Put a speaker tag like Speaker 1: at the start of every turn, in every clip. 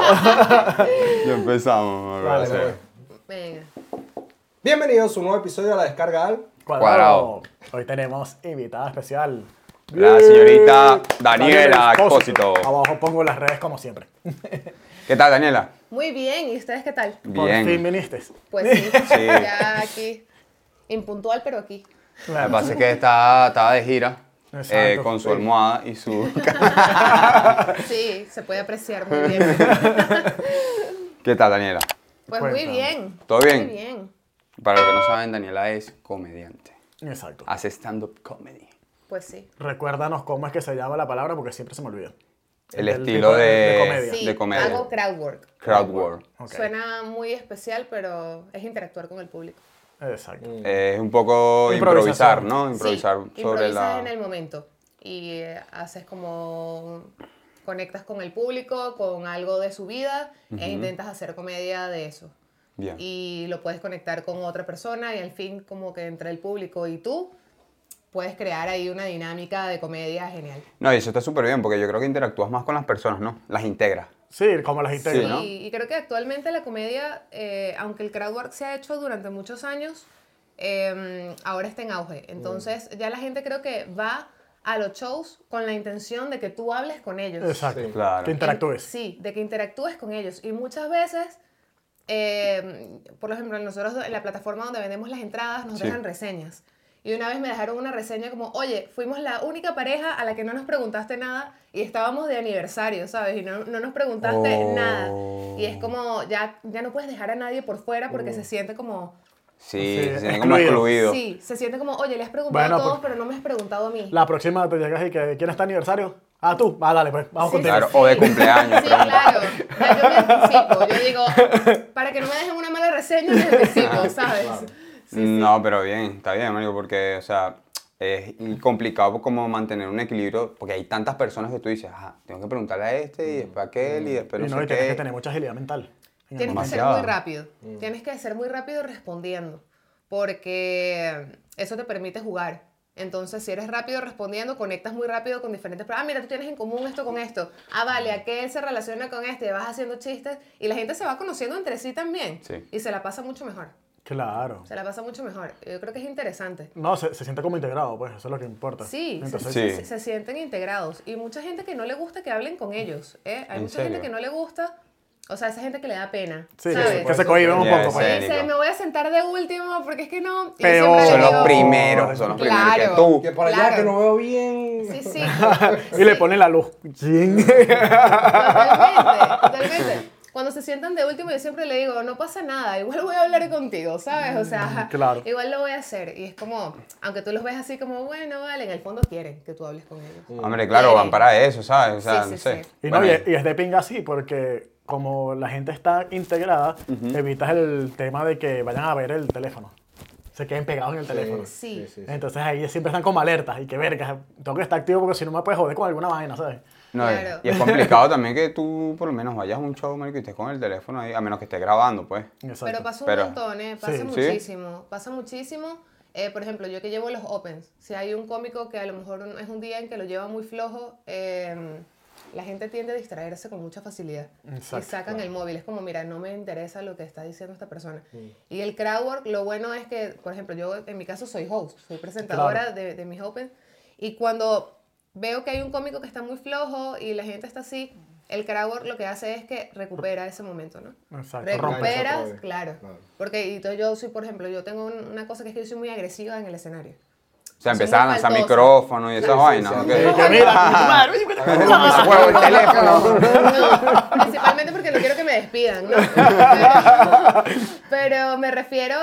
Speaker 1: Ya empezamos. me
Speaker 2: Vale,
Speaker 1: parece.
Speaker 2: me voy.
Speaker 3: Venga.
Speaker 2: Bienvenidos a un nuevo episodio de La Descarga Al.
Speaker 1: Cuadrado.
Speaker 4: Hoy tenemos invitada especial.
Speaker 1: La señorita Daniela Expósito.
Speaker 4: Abajo pongo las redes como siempre.
Speaker 1: ¿Qué tal, Daniela?
Speaker 3: Muy bien, ¿y ustedes qué tal?
Speaker 4: Por fin
Speaker 1: Bien.
Speaker 4: viniste.
Speaker 3: Pues sí,
Speaker 1: Sí.
Speaker 3: ya aquí. Impuntual, pero aquí.
Speaker 1: Lo que pasa es que está, está de gira
Speaker 4: Exacto.
Speaker 1: eh, con su almohada y su...
Speaker 3: Sí, se puede apreciar muy bien.
Speaker 1: ¿Qué tal, Daniela?
Speaker 3: Pues muy
Speaker 4: Cuéntame.
Speaker 3: bien.
Speaker 1: ¿Todo bien?
Speaker 3: Muy bien.
Speaker 1: Para los que no saben, Daniela es comediante.
Speaker 4: Exacto.
Speaker 1: Hace stand-up comedy.
Speaker 3: Pues sí.
Speaker 4: Recuérdanos cómo es que se llama la palabra porque siempre se me olvida.
Speaker 1: El
Speaker 4: Del
Speaker 1: estilo
Speaker 4: tipo
Speaker 1: de,
Speaker 4: comedia.
Speaker 3: Sí,
Speaker 1: de comedia.
Speaker 3: hago crowdwork.
Speaker 1: Crowdwork.
Speaker 4: Ok,
Speaker 3: Suena muy especial, pero es interactuar con el público.
Speaker 4: Exacto.
Speaker 1: Eh, es un poco improvisar,
Speaker 4: Improvisación.
Speaker 1: ¿no? Improvisar
Speaker 3: sí,
Speaker 1: sobre
Speaker 3: improvisas
Speaker 1: la...
Speaker 3: en el momento y eh, haces como conectas con el público, con algo de su vida e intentas hacer comedia de eso.
Speaker 1: Bien.
Speaker 3: Y lo puedes conectar con otra persona y al fin como que entre el público y tú puedes crear ahí una dinámica de comedia genial.
Speaker 1: No, y eso está súper bien porque yo creo que interactúas más con las personas, ¿no? Las integras.
Speaker 4: Sí, como las integras.
Speaker 1: Sí, ¿no?
Speaker 3: y, y creo que actualmente la comedia, eh, aunque el crowdwork se ha hecho durante muchos años, eh, ahora está en auge.
Speaker 1: Mm.
Speaker 3: Entonces ya la gente creo que va a los shows con la intención de que tú hables con ellos.
Speaker 4: Exacto.
Speaker 2: Sí.
Speaker 1: Claro.
Speaker 4: Que interactúes.
Speaker 3: Sí, de que interactúes con ellos. Y muchas veces, eh, por ejemplo, nosotros en la plataforma donde vendemos las entradas nos
Speaker 1: Sí.
Speaker 3: dejan reseñas. Y una vez me dejaron una reseña como, oye, fuimos la única pareja a la que no nos preguntaste nada y estábamos de aniversario, ¿sabes? Y no, no nos preguntaste
Speaker 1: Oh.
Speaker 3: nada. Y es como, ya, ya no puedes dejar a nadie por fuera porque se siente como...
Speaker 1: Sí,
Speaker 4: Sí,
Speaker 1: se siente como excluido.
Speaker 4: excluido.
Speaker 3: Sí, se siente como, oye, le has preguntado
Speaker 4: Bueno,
Speaker 3: a todos,
Speaker 4: porque-
Speaker 3: pero no me has preguntado a mí.
Speaker 4: La próxima te llegas y que ¿quién está aniversario? Ah, tú. Ah, dale, pues vamos
Speaker 3: Sí,
Speaker 4: contigo.
Speaker 1: Claro, o de cumpleaños,
Speaker 3: Sí,
Speaker 1: pregunta.
Speaker 3: claro. Ya yo me anticipo. Yo digo, para que no me dejen una mala reseña, me anticipo, ¿sabes? Sí, sí.
Speaker 1: No, pero bien, está bien, marico, porque, o sea, es complicado como mantener un equilibrio, porque hay tantas personas que tú dices, ah, tengo que preguntarle a este, y después a aquel, y después no,
Speaker 4: Mm. y no,
Speaker 1: sé
Speaker 4: y
Speaker 1: qué.
Speaker 4: tienes que tener mucha agilidad mental. en el
Speaker 3: Tienes que
Speaker 4: momento.
Speaker 3: ser
Speaker 1: Demasiado.
Speaker 3: muy rápido. Tienes que ser muy rápido respondiendo. Porque eso te permite jugar. Entonces, si eres rápido respondiendo, conectas muy rápido con diferentes. Ah, mira, tú tienes en común esto con esto. Ah, vale, aquel se relaciona con este. Vas haciendo chistes y la gente se va conociendo entre sí también.
Speaker 1: Sí.
Speaker 3: Y se la pasa mucho mejor.
Speaker 4: Claro.
Speaker 3: Se la pasa mucho mejor. Yo creo que es interesante.
Speaker 4: No, se, se siente como integrado, pues, eso es lo que importa.
Speaker 3: Sí, se-
Speaker 4: Entonces,
Speaker 1: Sí.
Speaker 3: se, se sienten integrados. Y mucha gente que no le gusta que hablen con ellos. ¿eh? Hay
Speaker 1: ¿En
Speaker 3: mucha
Speaker 1: serio?
Speaker 3: gente que no le gusta, o sea, esa gente que le da pena.
Speaker 4: Sí, que se-
Speaker 3: ¿sabes?
Speaker 4: que se cohibe un
Speaker 1: Ya, ese-
Speaker 4: poco. Pues.
Speaker 3: Y dice, me voy a sentar de último porque es que no. Y yo
Speaker 4: Peor.
Speaker 3: siempre le
Speaker 1: Son los
Speaker 3: digo-
Speaker 1: primeros, son los primeros que
Speaker 3: Claro.
Speaker 1: tú.
Speaker 2: Que por allá
Speaker 3: Claro.
Speaker 2: que no veo bien.
Speaker 3: Sí, sí.
Speaker 4: Y le
Speaker 3: Sí,
Speaker 4: pone la luz. Chin.
Speaker 3: Totalmente, totalmente. Cuando se sientan de último, yo siempre le digo, no pasa nada, igual voy a hablar contigo, ¿sabes? O sea,
Speaker 4: Mm, claro.
Speaker 3: igual lo voy a hacer. Y es como, aunque tú los ves así como, bueno, vale, en el fondo quieren que tú hables con ellos.
Speaker 1: Hombre, claro, van para eso, ¿sabes? O sea,
Speaker 3: Sí, sí,
Speaker 1: no sé.
Speaker 3: sí.
Speaker 4: Y,
Speaker 1: Bueno,
Speaker 4: no, y, es- y es de pinga así, porque como la gente está integrada, evitas el tema de que vayan a ver el teléfono. Se queden pegados en el
Speaker 2: este,
Speaker 4: teléfono.
Speaker 3: Sí.
Speaker 4: Entonces ahí siempre están como alertas y que verga, tengo que estar activo porque si no me puedes joder con alguna vaina, ¿sabes?
Speaker 1: no, y-
Speaker 3: Claro.
Speaker 1: Y es complicado también que tú por lo menos vayas a un show, marico, y estés con el teléfono ahí, a menos que estés grabando, pues.
Speaker 4: Exacto.
Speaker 3: Pero pasa un
Speaker 1: Pero-
Speaker 3: montón, ¿eh? Pasa
Speaker 4: Sí.
Speaker 3: muchísimo. Pasa muchísimo. Eh, por ejemplo, yo que llevo los opens, si hay un cómico que a lo mejor un- es un día en que lo lleva muy flojo, eh, la gente tiende a distraerse con mucha facilidad. y
Speaker 4: Exacto,
Speaker 3: sacan el móvil. Es como, mira, no me interesa lo que está diciendo esta persona. Y el crowdwork, lo bueno es que, por ejemplo, yo en mi caso soy host, soy presentadora
Speaker 4: Claro.
Speaker 3: de, de mis opens. Y cuando veo que hay un cómico que está muy flojo y la gente está así, el crowdwork lo que hace es que recupera ese momento, ¿no?
Speaker 4: Exacto. Rompe.
Speaker 2: Rompe
Speaker 3: recuperas,
Speaker 2: esa
Speaker 3: claro.
Speaker 2: Claro.
Speaker 3: Porque y entonces yo soy, por ejemplo, yo tengo un- una cosa que es que yo soy muy agresiva en el escenario.
Speaker 1: O sea,
Speaker 3: Son
Speaker 1: empiezas a
Speaker 3: muy
Speaker 1: lanzar
Speaker 3: faltosos.
Speaker 1: micrófonos y esas vainas,
Speaker 2: sí.
Speaker 1: ¿ok?
Speaker 4: Y que mira, madre, oye,
Speaker 1: Me huevo el teléfono.
Speaker 3: No, principalmente porque no quiero que me despidan, ¿no? Pero, pero me refiero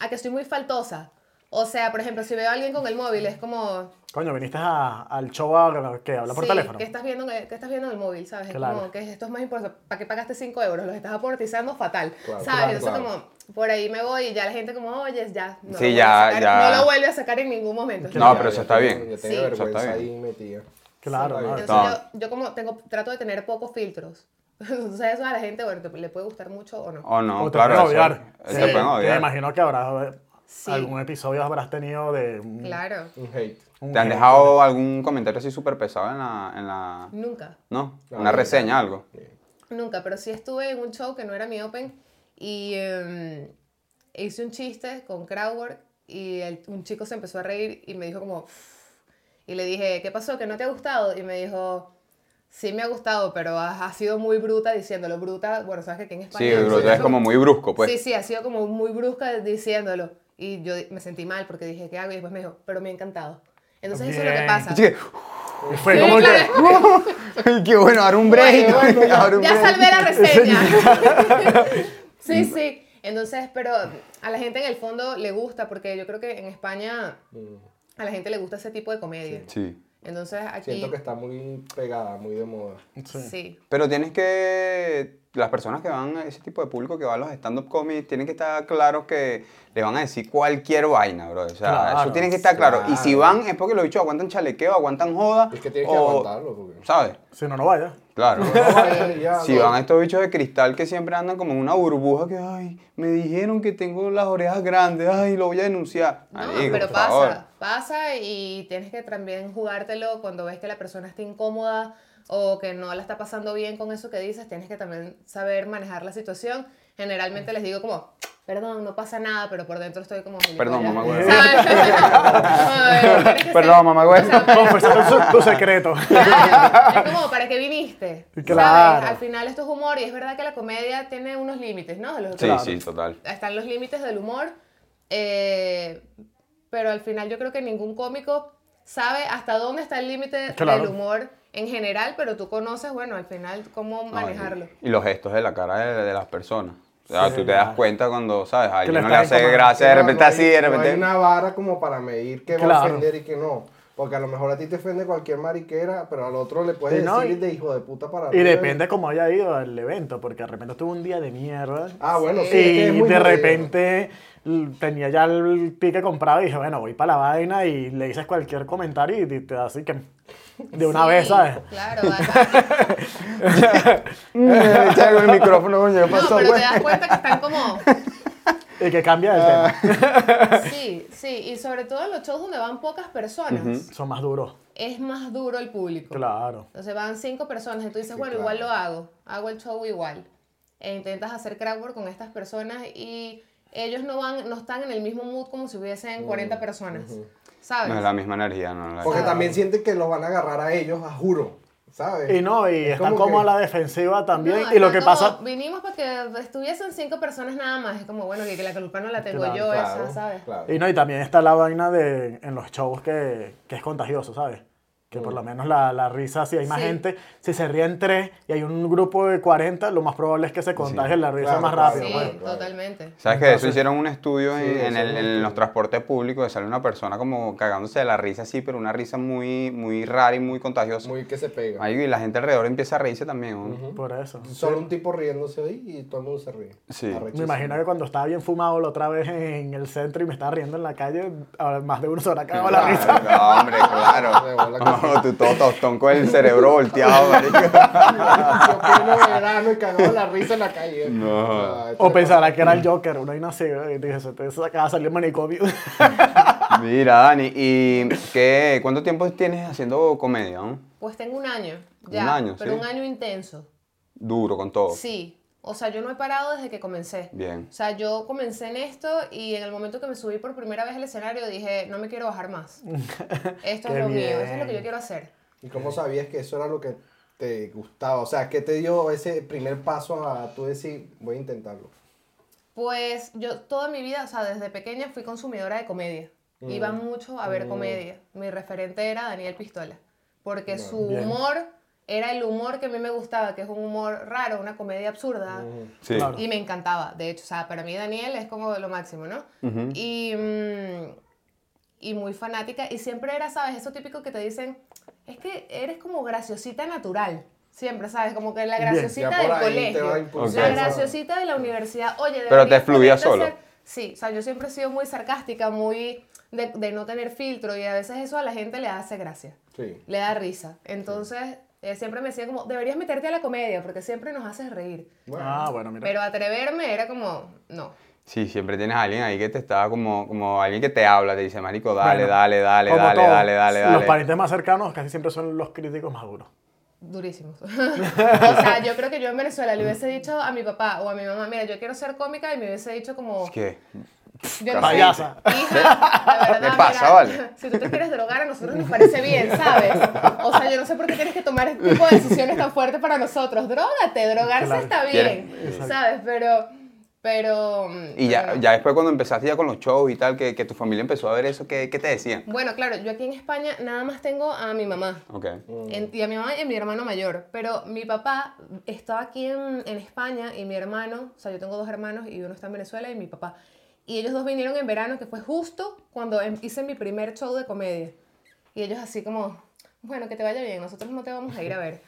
Speaker 3: a que soy muy faltosa. O sea, por ejemplo, si veo a alguien con el móvil, es como...
Speaker 4: Coño, viniste a- al show a- que habla por
Speaker 3: sí,
Speaker 4: teléfono.
Speaker 3: ¿qué estás, viendo, en el- ¿Qué estás viendo en el móvil? ¿Sabes? Es
Speaker 4: Claro.
Speaker 3: como que esto es más importante. ¿Para qué pagaste 5 euros? Los estás amortizando fatal.
Speaker 2: Claro,
Speaker 3: ¿Sabes?
Speaker 2: claro,
Speaker 3: Entonces,
Speaker 2: claro.
Speaker 3: como por ahí me voy y ya la gente, como, oye, ya. No
Speaker 1: Sí,
Speaker 3: lo vuelve
Speaker 1: ya,
Speaker 3: a sacar-
Speaker 1: ya.
Speaker 3: No lo vuelve a sacar en ningún momento.
Speaker 1: No, pero eso está bien.
Speaker 2: Yo
Speaker 3: Sí.
Speaker 2: tengo
Speaker 3: Eso
Speaker 1: está
Speaker 2: vergüenza
Speaker 1: bien.
Speaker 2: ahí metida.
Speaker 4: Claro,
Speaker 2: Sí,
Speaker 4: no,
Speaker 3: Entonces,
Speaker 1: Está.
Speaker 3: yo, yo como tengo, trato de tener pocos filtros. Entonces eso a la gente, bueno, te- le puede gustar mucho o no.
Speaker 1: O no,
Speaker 4: O te
Speaker 1: claro. eso-
Speaker 4: pueden obviar.
Speaker 1: eh,
Speaker 4: Sí,
Speaker 1: Te pueden
Speaker 4: Me
Speaker 1: obviar.
Speaker 4: imagino que habrás
Speaker 3: Sí.
Speaker 4: algún episodio habrás tenido de un-
Speaker 3: Claro,
Speaker 2: Un hate.
Speaker 4: un
Speaker 1: ¿Te han
Speaker 4: hate.
Speaker 1: dejado algún comentario así súper pesado en la, en la...
Speaker 3: nunca.
Speaker 1: ¿No?
Speaker 2: No,
Speaker 1: Una
Speaker 2: no.
Speaker 1: reseña, algo.
Speaker 3: Nunca, pero sí estuve en un show que no era mi open y em, hice un chiste con crowdwork y el- un chico se empezó a reír y me dijo como... "Uf". Y le dije, ¿qué pasó? ¿Que no te ha gustado? Y me dijo, sí me ha gustado, pero has, has sido muy bruta diciéndolo. Bruta, bueno, sabes que aquí en
Speaker 1: Sí,
Speaker 3: España...
Speaker 1: pero tú
Speaker 3: soy
Speaker 1: eres como muy brusco, pues.
Speaker 3: Sí, sí, ha sido como muy brusca diciéndolo. Y yo di- me sentí mal porque dije, ¿qué hago? Y después me dijo, pero me ha encantado. Entonces eso es lo que
Speaker 4: Bien.
Speaker 3: pasa.
Speaker 1: Así que,
Speaker 4: Y fue
Speaker 3: Sí,
Speaker 4: como
Speaker 3: claro.
Speaker 4: que.
Speaker 1: ¡ay, qué bueno! Ahora un break.
Speaker 3: Bueno, bueno, ya,
Speaker 1: ahora un
Speaker 3: ya
Speaker 1: break.
Speaker 3: salvé la reseña. sí, sí. Entonces, pero a la gente en el fondo le gusta porque yo creo que en España a la gente le gusta ese tipo de comedia.
Speaker 1: Sí.
Speaker 3: Entonces aquí...
Speaker 2: Siento que está muy pegada, muy de moda.
Speaker 3: Sí.
Speaker 1: Pero tienes que. Las personas que van a ese tipo de público que van a los stand-up comedy tienen que estar claros que le van a decir cualquier vaina, bro. O sea, eso
Speaker 4: Claro,
Speaker 1: tiene que estar claro. Y si
Speaker 2: claro.
Speaker 1: van es porque los bichos aguantan chalequeo, aguantan joda.
Speaker 2: Es que tienes que
Speaker 1: o-
Speaker 2: aguantarlo. Porque...
Speaker 1: ¿Sabes?
Speaker 4: Si no, no vaya.
Speaker 1: Claro.
Speaker 2: Ay, ya,
Speaker 1: Si
Speaker 2: no.
Speaker 1: van a estos bichos de cristal que siempre andan como en una burbuja que, ay, me dijeron que tengo las orejas grandes, ay, lo voy a denunciar.
Speaker 3: No,
Speaker 1: Marico,
Speaker 3: pero
Speaker 1: por
Speaker 3: pasa,
Speaker 1: favor.
Speaker 3: pasa y tienes que también jugártelo cuando ves que la persona está incómoda o que no la está pasando bien con eso que dices, tienes que también saber manejar la situación. Generalmente les digo como, perdón, no pasa nada, pero por dentro estoy como...
Speaker 1: Perdón,
Speaker 3: "Gilipollas".
Speaker 1: mamá, güey.
Speaker 3: ¿Sabes? Como, tienes que
Speaker 1: Perdón,
Speaker 3: ser-
Speaker 1: mamá, güey.
Speaker 3: o sea,
Speaker 4: Confesar tu- tu secreto.
Speaker 3: Claro, es como, ¿para qué viniste? ¿Sabes?
Speaker 4: Claro.
Speaker 3: Al final esto es humor y es verdad que la comedia tiene unos límites, ¿no? Los-
Speaker 1: Sí,
Speaker 4: Claro.
Speaker 1: sí, total.
Speaker 3: están los límites del humor, eh, pero al final yo creo que ningún cómico sabe hasta dónde está el límite
Speaker 4: Claro.
Speaker 3: del humor en general, pero tú conoces, bueno, al final cómo
Speaker 1: No, y-
Speaker 3: manejarlo.
Speaker 1: Y los gestos de la cara de, de las personas. O sea,
Speaker 4: Sí,
Speaker 1: tú te das
Speaker 4: claro.
Speaker 1: cuenta cuando, ¿sabes? A alguien
Speaker 4: le
Speaker 1: no le
Speaker 4: estás
Speaker 1: hace
Speaker 4: incomodando.
Speaker 1: gracia, de
Speaker 2: No,
Speaker 1: repente
Speaker 2: no hay-
Speaker 1: así, de
Speaker 2: No hay
Speaker 1: repente.
Speaker 2: una vara como para medir qué va a
Speaker 4: Claro.
Speaker 2: ofender y qué no. Porque a lo mejor a ti te ofende cualquier mariquera, pero al otro le puedes
Speaker 4: Sí, no,
Speaker 2: decir
Speaker 4: y-
Speaker 2: de hijo de puta para
Speaker 4: Y
Speaker 2: arriba.
Speaker 4: depende cómo haya ido al evento, porque de repente tuve un día de mierda.
Speaker 2: Ah, bueno,
Speaker 4: y
Speaker 2: sí. es que es muy
Speaker 4: de
Speaker 2: jodido.
Speaker 4: repente l- tenía ya el ticket comprado y dije, bueno, voy para la vaina y le dices cualquier comentario y te- te así que de una
Speaker 3: Sí,
Speaker 4: vez, ¿sabes?
Speaker 3: Claro, acá-
Speaker 1: Echa algo en el micrófono, coño, ¿qué
Speaker 3: no,
Speaker 1: pasó,
Speaker 3: pero te
Speaker 1: güey?
Speaker 3: das cuenta que están como...
Speaker 4: Y que cambia el
Speaker 2: Ah.
Speaker 4: tema.
Speaker 3: Sí, sí, y sobre todo en los shows donde van pocas personas,
Speaker 4: Son más duros.
Speaker 3: es más duro el público.
Speaker 4: Claro.
Speaker 3: Entonces van cinco personas y tú dices, bueno,
Speaker 2: claro.
Speaker 3: igual lo hago, hago el show igual. E intentas hacer crowdwork con estas personas y ellos no van, no están en el mismo mood como si hubiesen 40 personas, ¿sabes?
Speaker 1: No es la misma energía, no. la-
Speaker 2: Porque también sienten que los van a agarrar a ellos, a juro. ¿Sabes?
Speaker 4: Y no, y
Speaker 2: Es
Speaker 4: están
Speaker 2: como
Speaker 4: como a
Speaker 2: que-
Speaker 4: la defensiva también.
Speaker 3: No,
Speaker 4: y lo
Speaker 3: está
Speaker 4: que
Speaker 3: como,
Speaker 4: pasa.
Speaker 3: Vinimos para que estuviesen cinco personas nada más. Es como, bueno, que, que la culpa no la tengo
Speaker 4: Claro,
Speaker 3: yo,
Speaker 2: Claro,
Speaker 3: esa, ¿sabes?
Speaker 2: claro.
Speaker 4: Y no, y también está la vaina de en los shows que, que es contagioso, ¿sabes? Que por lo menos la, la risa, si hay más
Speaker 3: Sí.
Speaker 4: gente, si se ríen tres y hay un grupo de 40, lo más probable es que se contagie la risa
Speaker 2: Claro,
Speaker 4: más
Speaker 2: claro.
Speaker 3: Sí,
Speaker 4: rápido. pues.
Speaker 2: bueno, claro.
Speaker 3: totalmente.
Speaker 1: ¿Sabes que de eso hicieron un estudio en, en
Speaker 2: eso
Speaker 1: el-
Speaker 2: es
Speaker 1: en los transportes públicos que sale una persona como cagándose de la risa así, pero una risa muy, muy rara y muy contagiosa.
Speaker 2: Muy que se pega.
Speaker 1: Ahí, y la gente alrededor empieza a reírse también. ¿no?
Speaker 4: Por eso.
Speaker 2: Solo un tipo riéndose ahí y todo el mundo se ríe.
Speaker 1: Sí.
Speaker 4: Me imagino que cuando estaba bien fumado la otra vez en el centro y me estaba riendo en la calle, ahora más de uno se habrá cagado la
Speaker 1: Claro,
Speaker 4: risa.
Speaker 1: no, hombre,
Speaker 2: De
Speaker 1: claro.
Speaker 2: bola que
Speaker 1: No, tú todo tostón con el cerebro volteado, marico.
Speaker 2: Yo pleno verano y cagado la risa en la calle. Ah, este
Speaker 1: No.
Speaker 2: Ay,
Speaker 4: O
Speaker 2: te-
Speaker 4: pensará que era el Joker, una inactiva, y dije, se te acaba de salir el manicomio.
Speaker 1: Mira, Dani, ¿y qué? ¿Cuánto tiempo tienes haciendo comedia? no?
Speaker 3: Pues tengo un año, ya.
Speaker 1: Un año,
Speaker 3: pero
Speaker 1: sí.
Speaker 3: un año intenso.
Speaker 1: Duro con todo.
Speaker 3: Sí, o sea, yo no he parado desde que comencé.
Speaker 1: Bien.
Speaker 3: O sea, yo comencé en esto y en el momento que me subí por primera vez al escenario dije, no me quiero bajar más. Esto es
Speaker 4: Qué
Speaker 3: lo mío, esto es lo que yo
Speaker 4: bien.
Speaker 3: quiero hacer.
Speaker 2: ¿Y cómo sabías que eso era lo que te gustaba? O sea, ¿qué te dio ese primer paso a tú decir, voy a intentarlo?
Speaker 3: Pues yo toda mi vida, o sea, desde pequeña fui consumidora de comedia.
Speaker 4: Mm.
Speaker 3: Iba mucho a ver comedia. Mi referente era Daniel Pistola, porque su
Speaker 4: Bien.
Speaker 3: humor era el humor que a mí me gustaba, que es un humor raro, una comedia absurda.
Speaker 4: Mm.
Speaker 1: Sí.
Speaker 4: Claro.
Speaker 3: Y me encantaba, de hecho, o sea, para mí Daniel es como lo máximo, ¿no? y, mm, y muy fanática, y siempre era, ¿sabes? Eso típico que te dicen, es que eres como graciosita natural, siempre, ¿sabes? Como que la
Speaker 4: Bien,
Speaker 3: graciosita
Speaker 2: ya por
Speaker 3: del
Speaker 2: ahí te
Speaker 3: colegio,
Speaker 2: va impulsando.
Speaker 3: la
Speaker 1: Ok.
Speaker 3: graciosita de la universidad, oye,
Speaker 1: Pero
Speaker 3: deberías
Speaker 1: te fluía
Speaker 3: ponerte a
Speaker 1: solo.
Speaker 3: hacer- Sí, o sea, yo siempre he sido muy sarcástica, muy de, de no tener filtro, y a veces eso a la gente le hace gracia
Speaker 2: Sí.
Speaker 3: le da risa. Entonces, eh, siempre me decía como, deberías meterte a la comedia porque siempre nos haces reír.
Speaker 4: Ah, bueno, mira.
Speaker 3: Pero atreverme era como, no.
Speaker 1: Sí, siempre tienes a alguien ahí que te está como, como alguien que te habla, te dice, marico, dale,
Speaker 4: Bueno,
Speaker 1: dale, dale,
Speaker 4: Como
Speaker 1: dale,
Speaker 4: todo,
Speaker 1: dale, dale,
Speaker 4: Los
Speaker 1: dale.
Speaker 4: parientes más cercanos casi siempre son los críticos más duros.
Speaker 3: durísimos. o sea, yo creo que yo en Venezuela le hubiese dicho a mi papá o a mi mamá, mira, yo quiero ser cómica y me hubiese dicho como...
Speaker 1: Es que,
Speaker 3: Yo no sé,
Speaker 4: Payasa.
Speaker 3: Hija, la verdad,
Speaker 1: Me pasa, vale.
Speaker 3: Si tú te quieres drogar, a nosotros nos parece bien, ¿sabes? O sea, yo no sé por qué tienes que tomar este tipo de decisiones tan fuertes para nosotros. Drógate, drogarse
Speaker 4: Claro.
Speaker 3: está bien, ¿sabes? Pero, pero... mm,
Speaker 1: y ya,
Speaker 3: pero-
Speaker 1: ya después cuando empezaste ya con los shows y tal, que, que tu familia empezó a ver eso, ¿qué, qué te decían?
Speaker 3: Bueno, claro, yo aquí en España nada más tengo a mi mamá.
Speaker 1: Ok.
Speaker 3: En- y a mi mamá y a mi hermano mayor. Pero mi papá estaba aquí en, en España y mi hermano, o sea, yo tengo dos hermanos y uno está en Venezuela y mi papá. Y ellos dos vinieron en verano, que fue justo cuando em- hice mi primer show de comedia. Y ellos así como, bueno, que te vaya bien, nosotros no te vamos a ir a ver.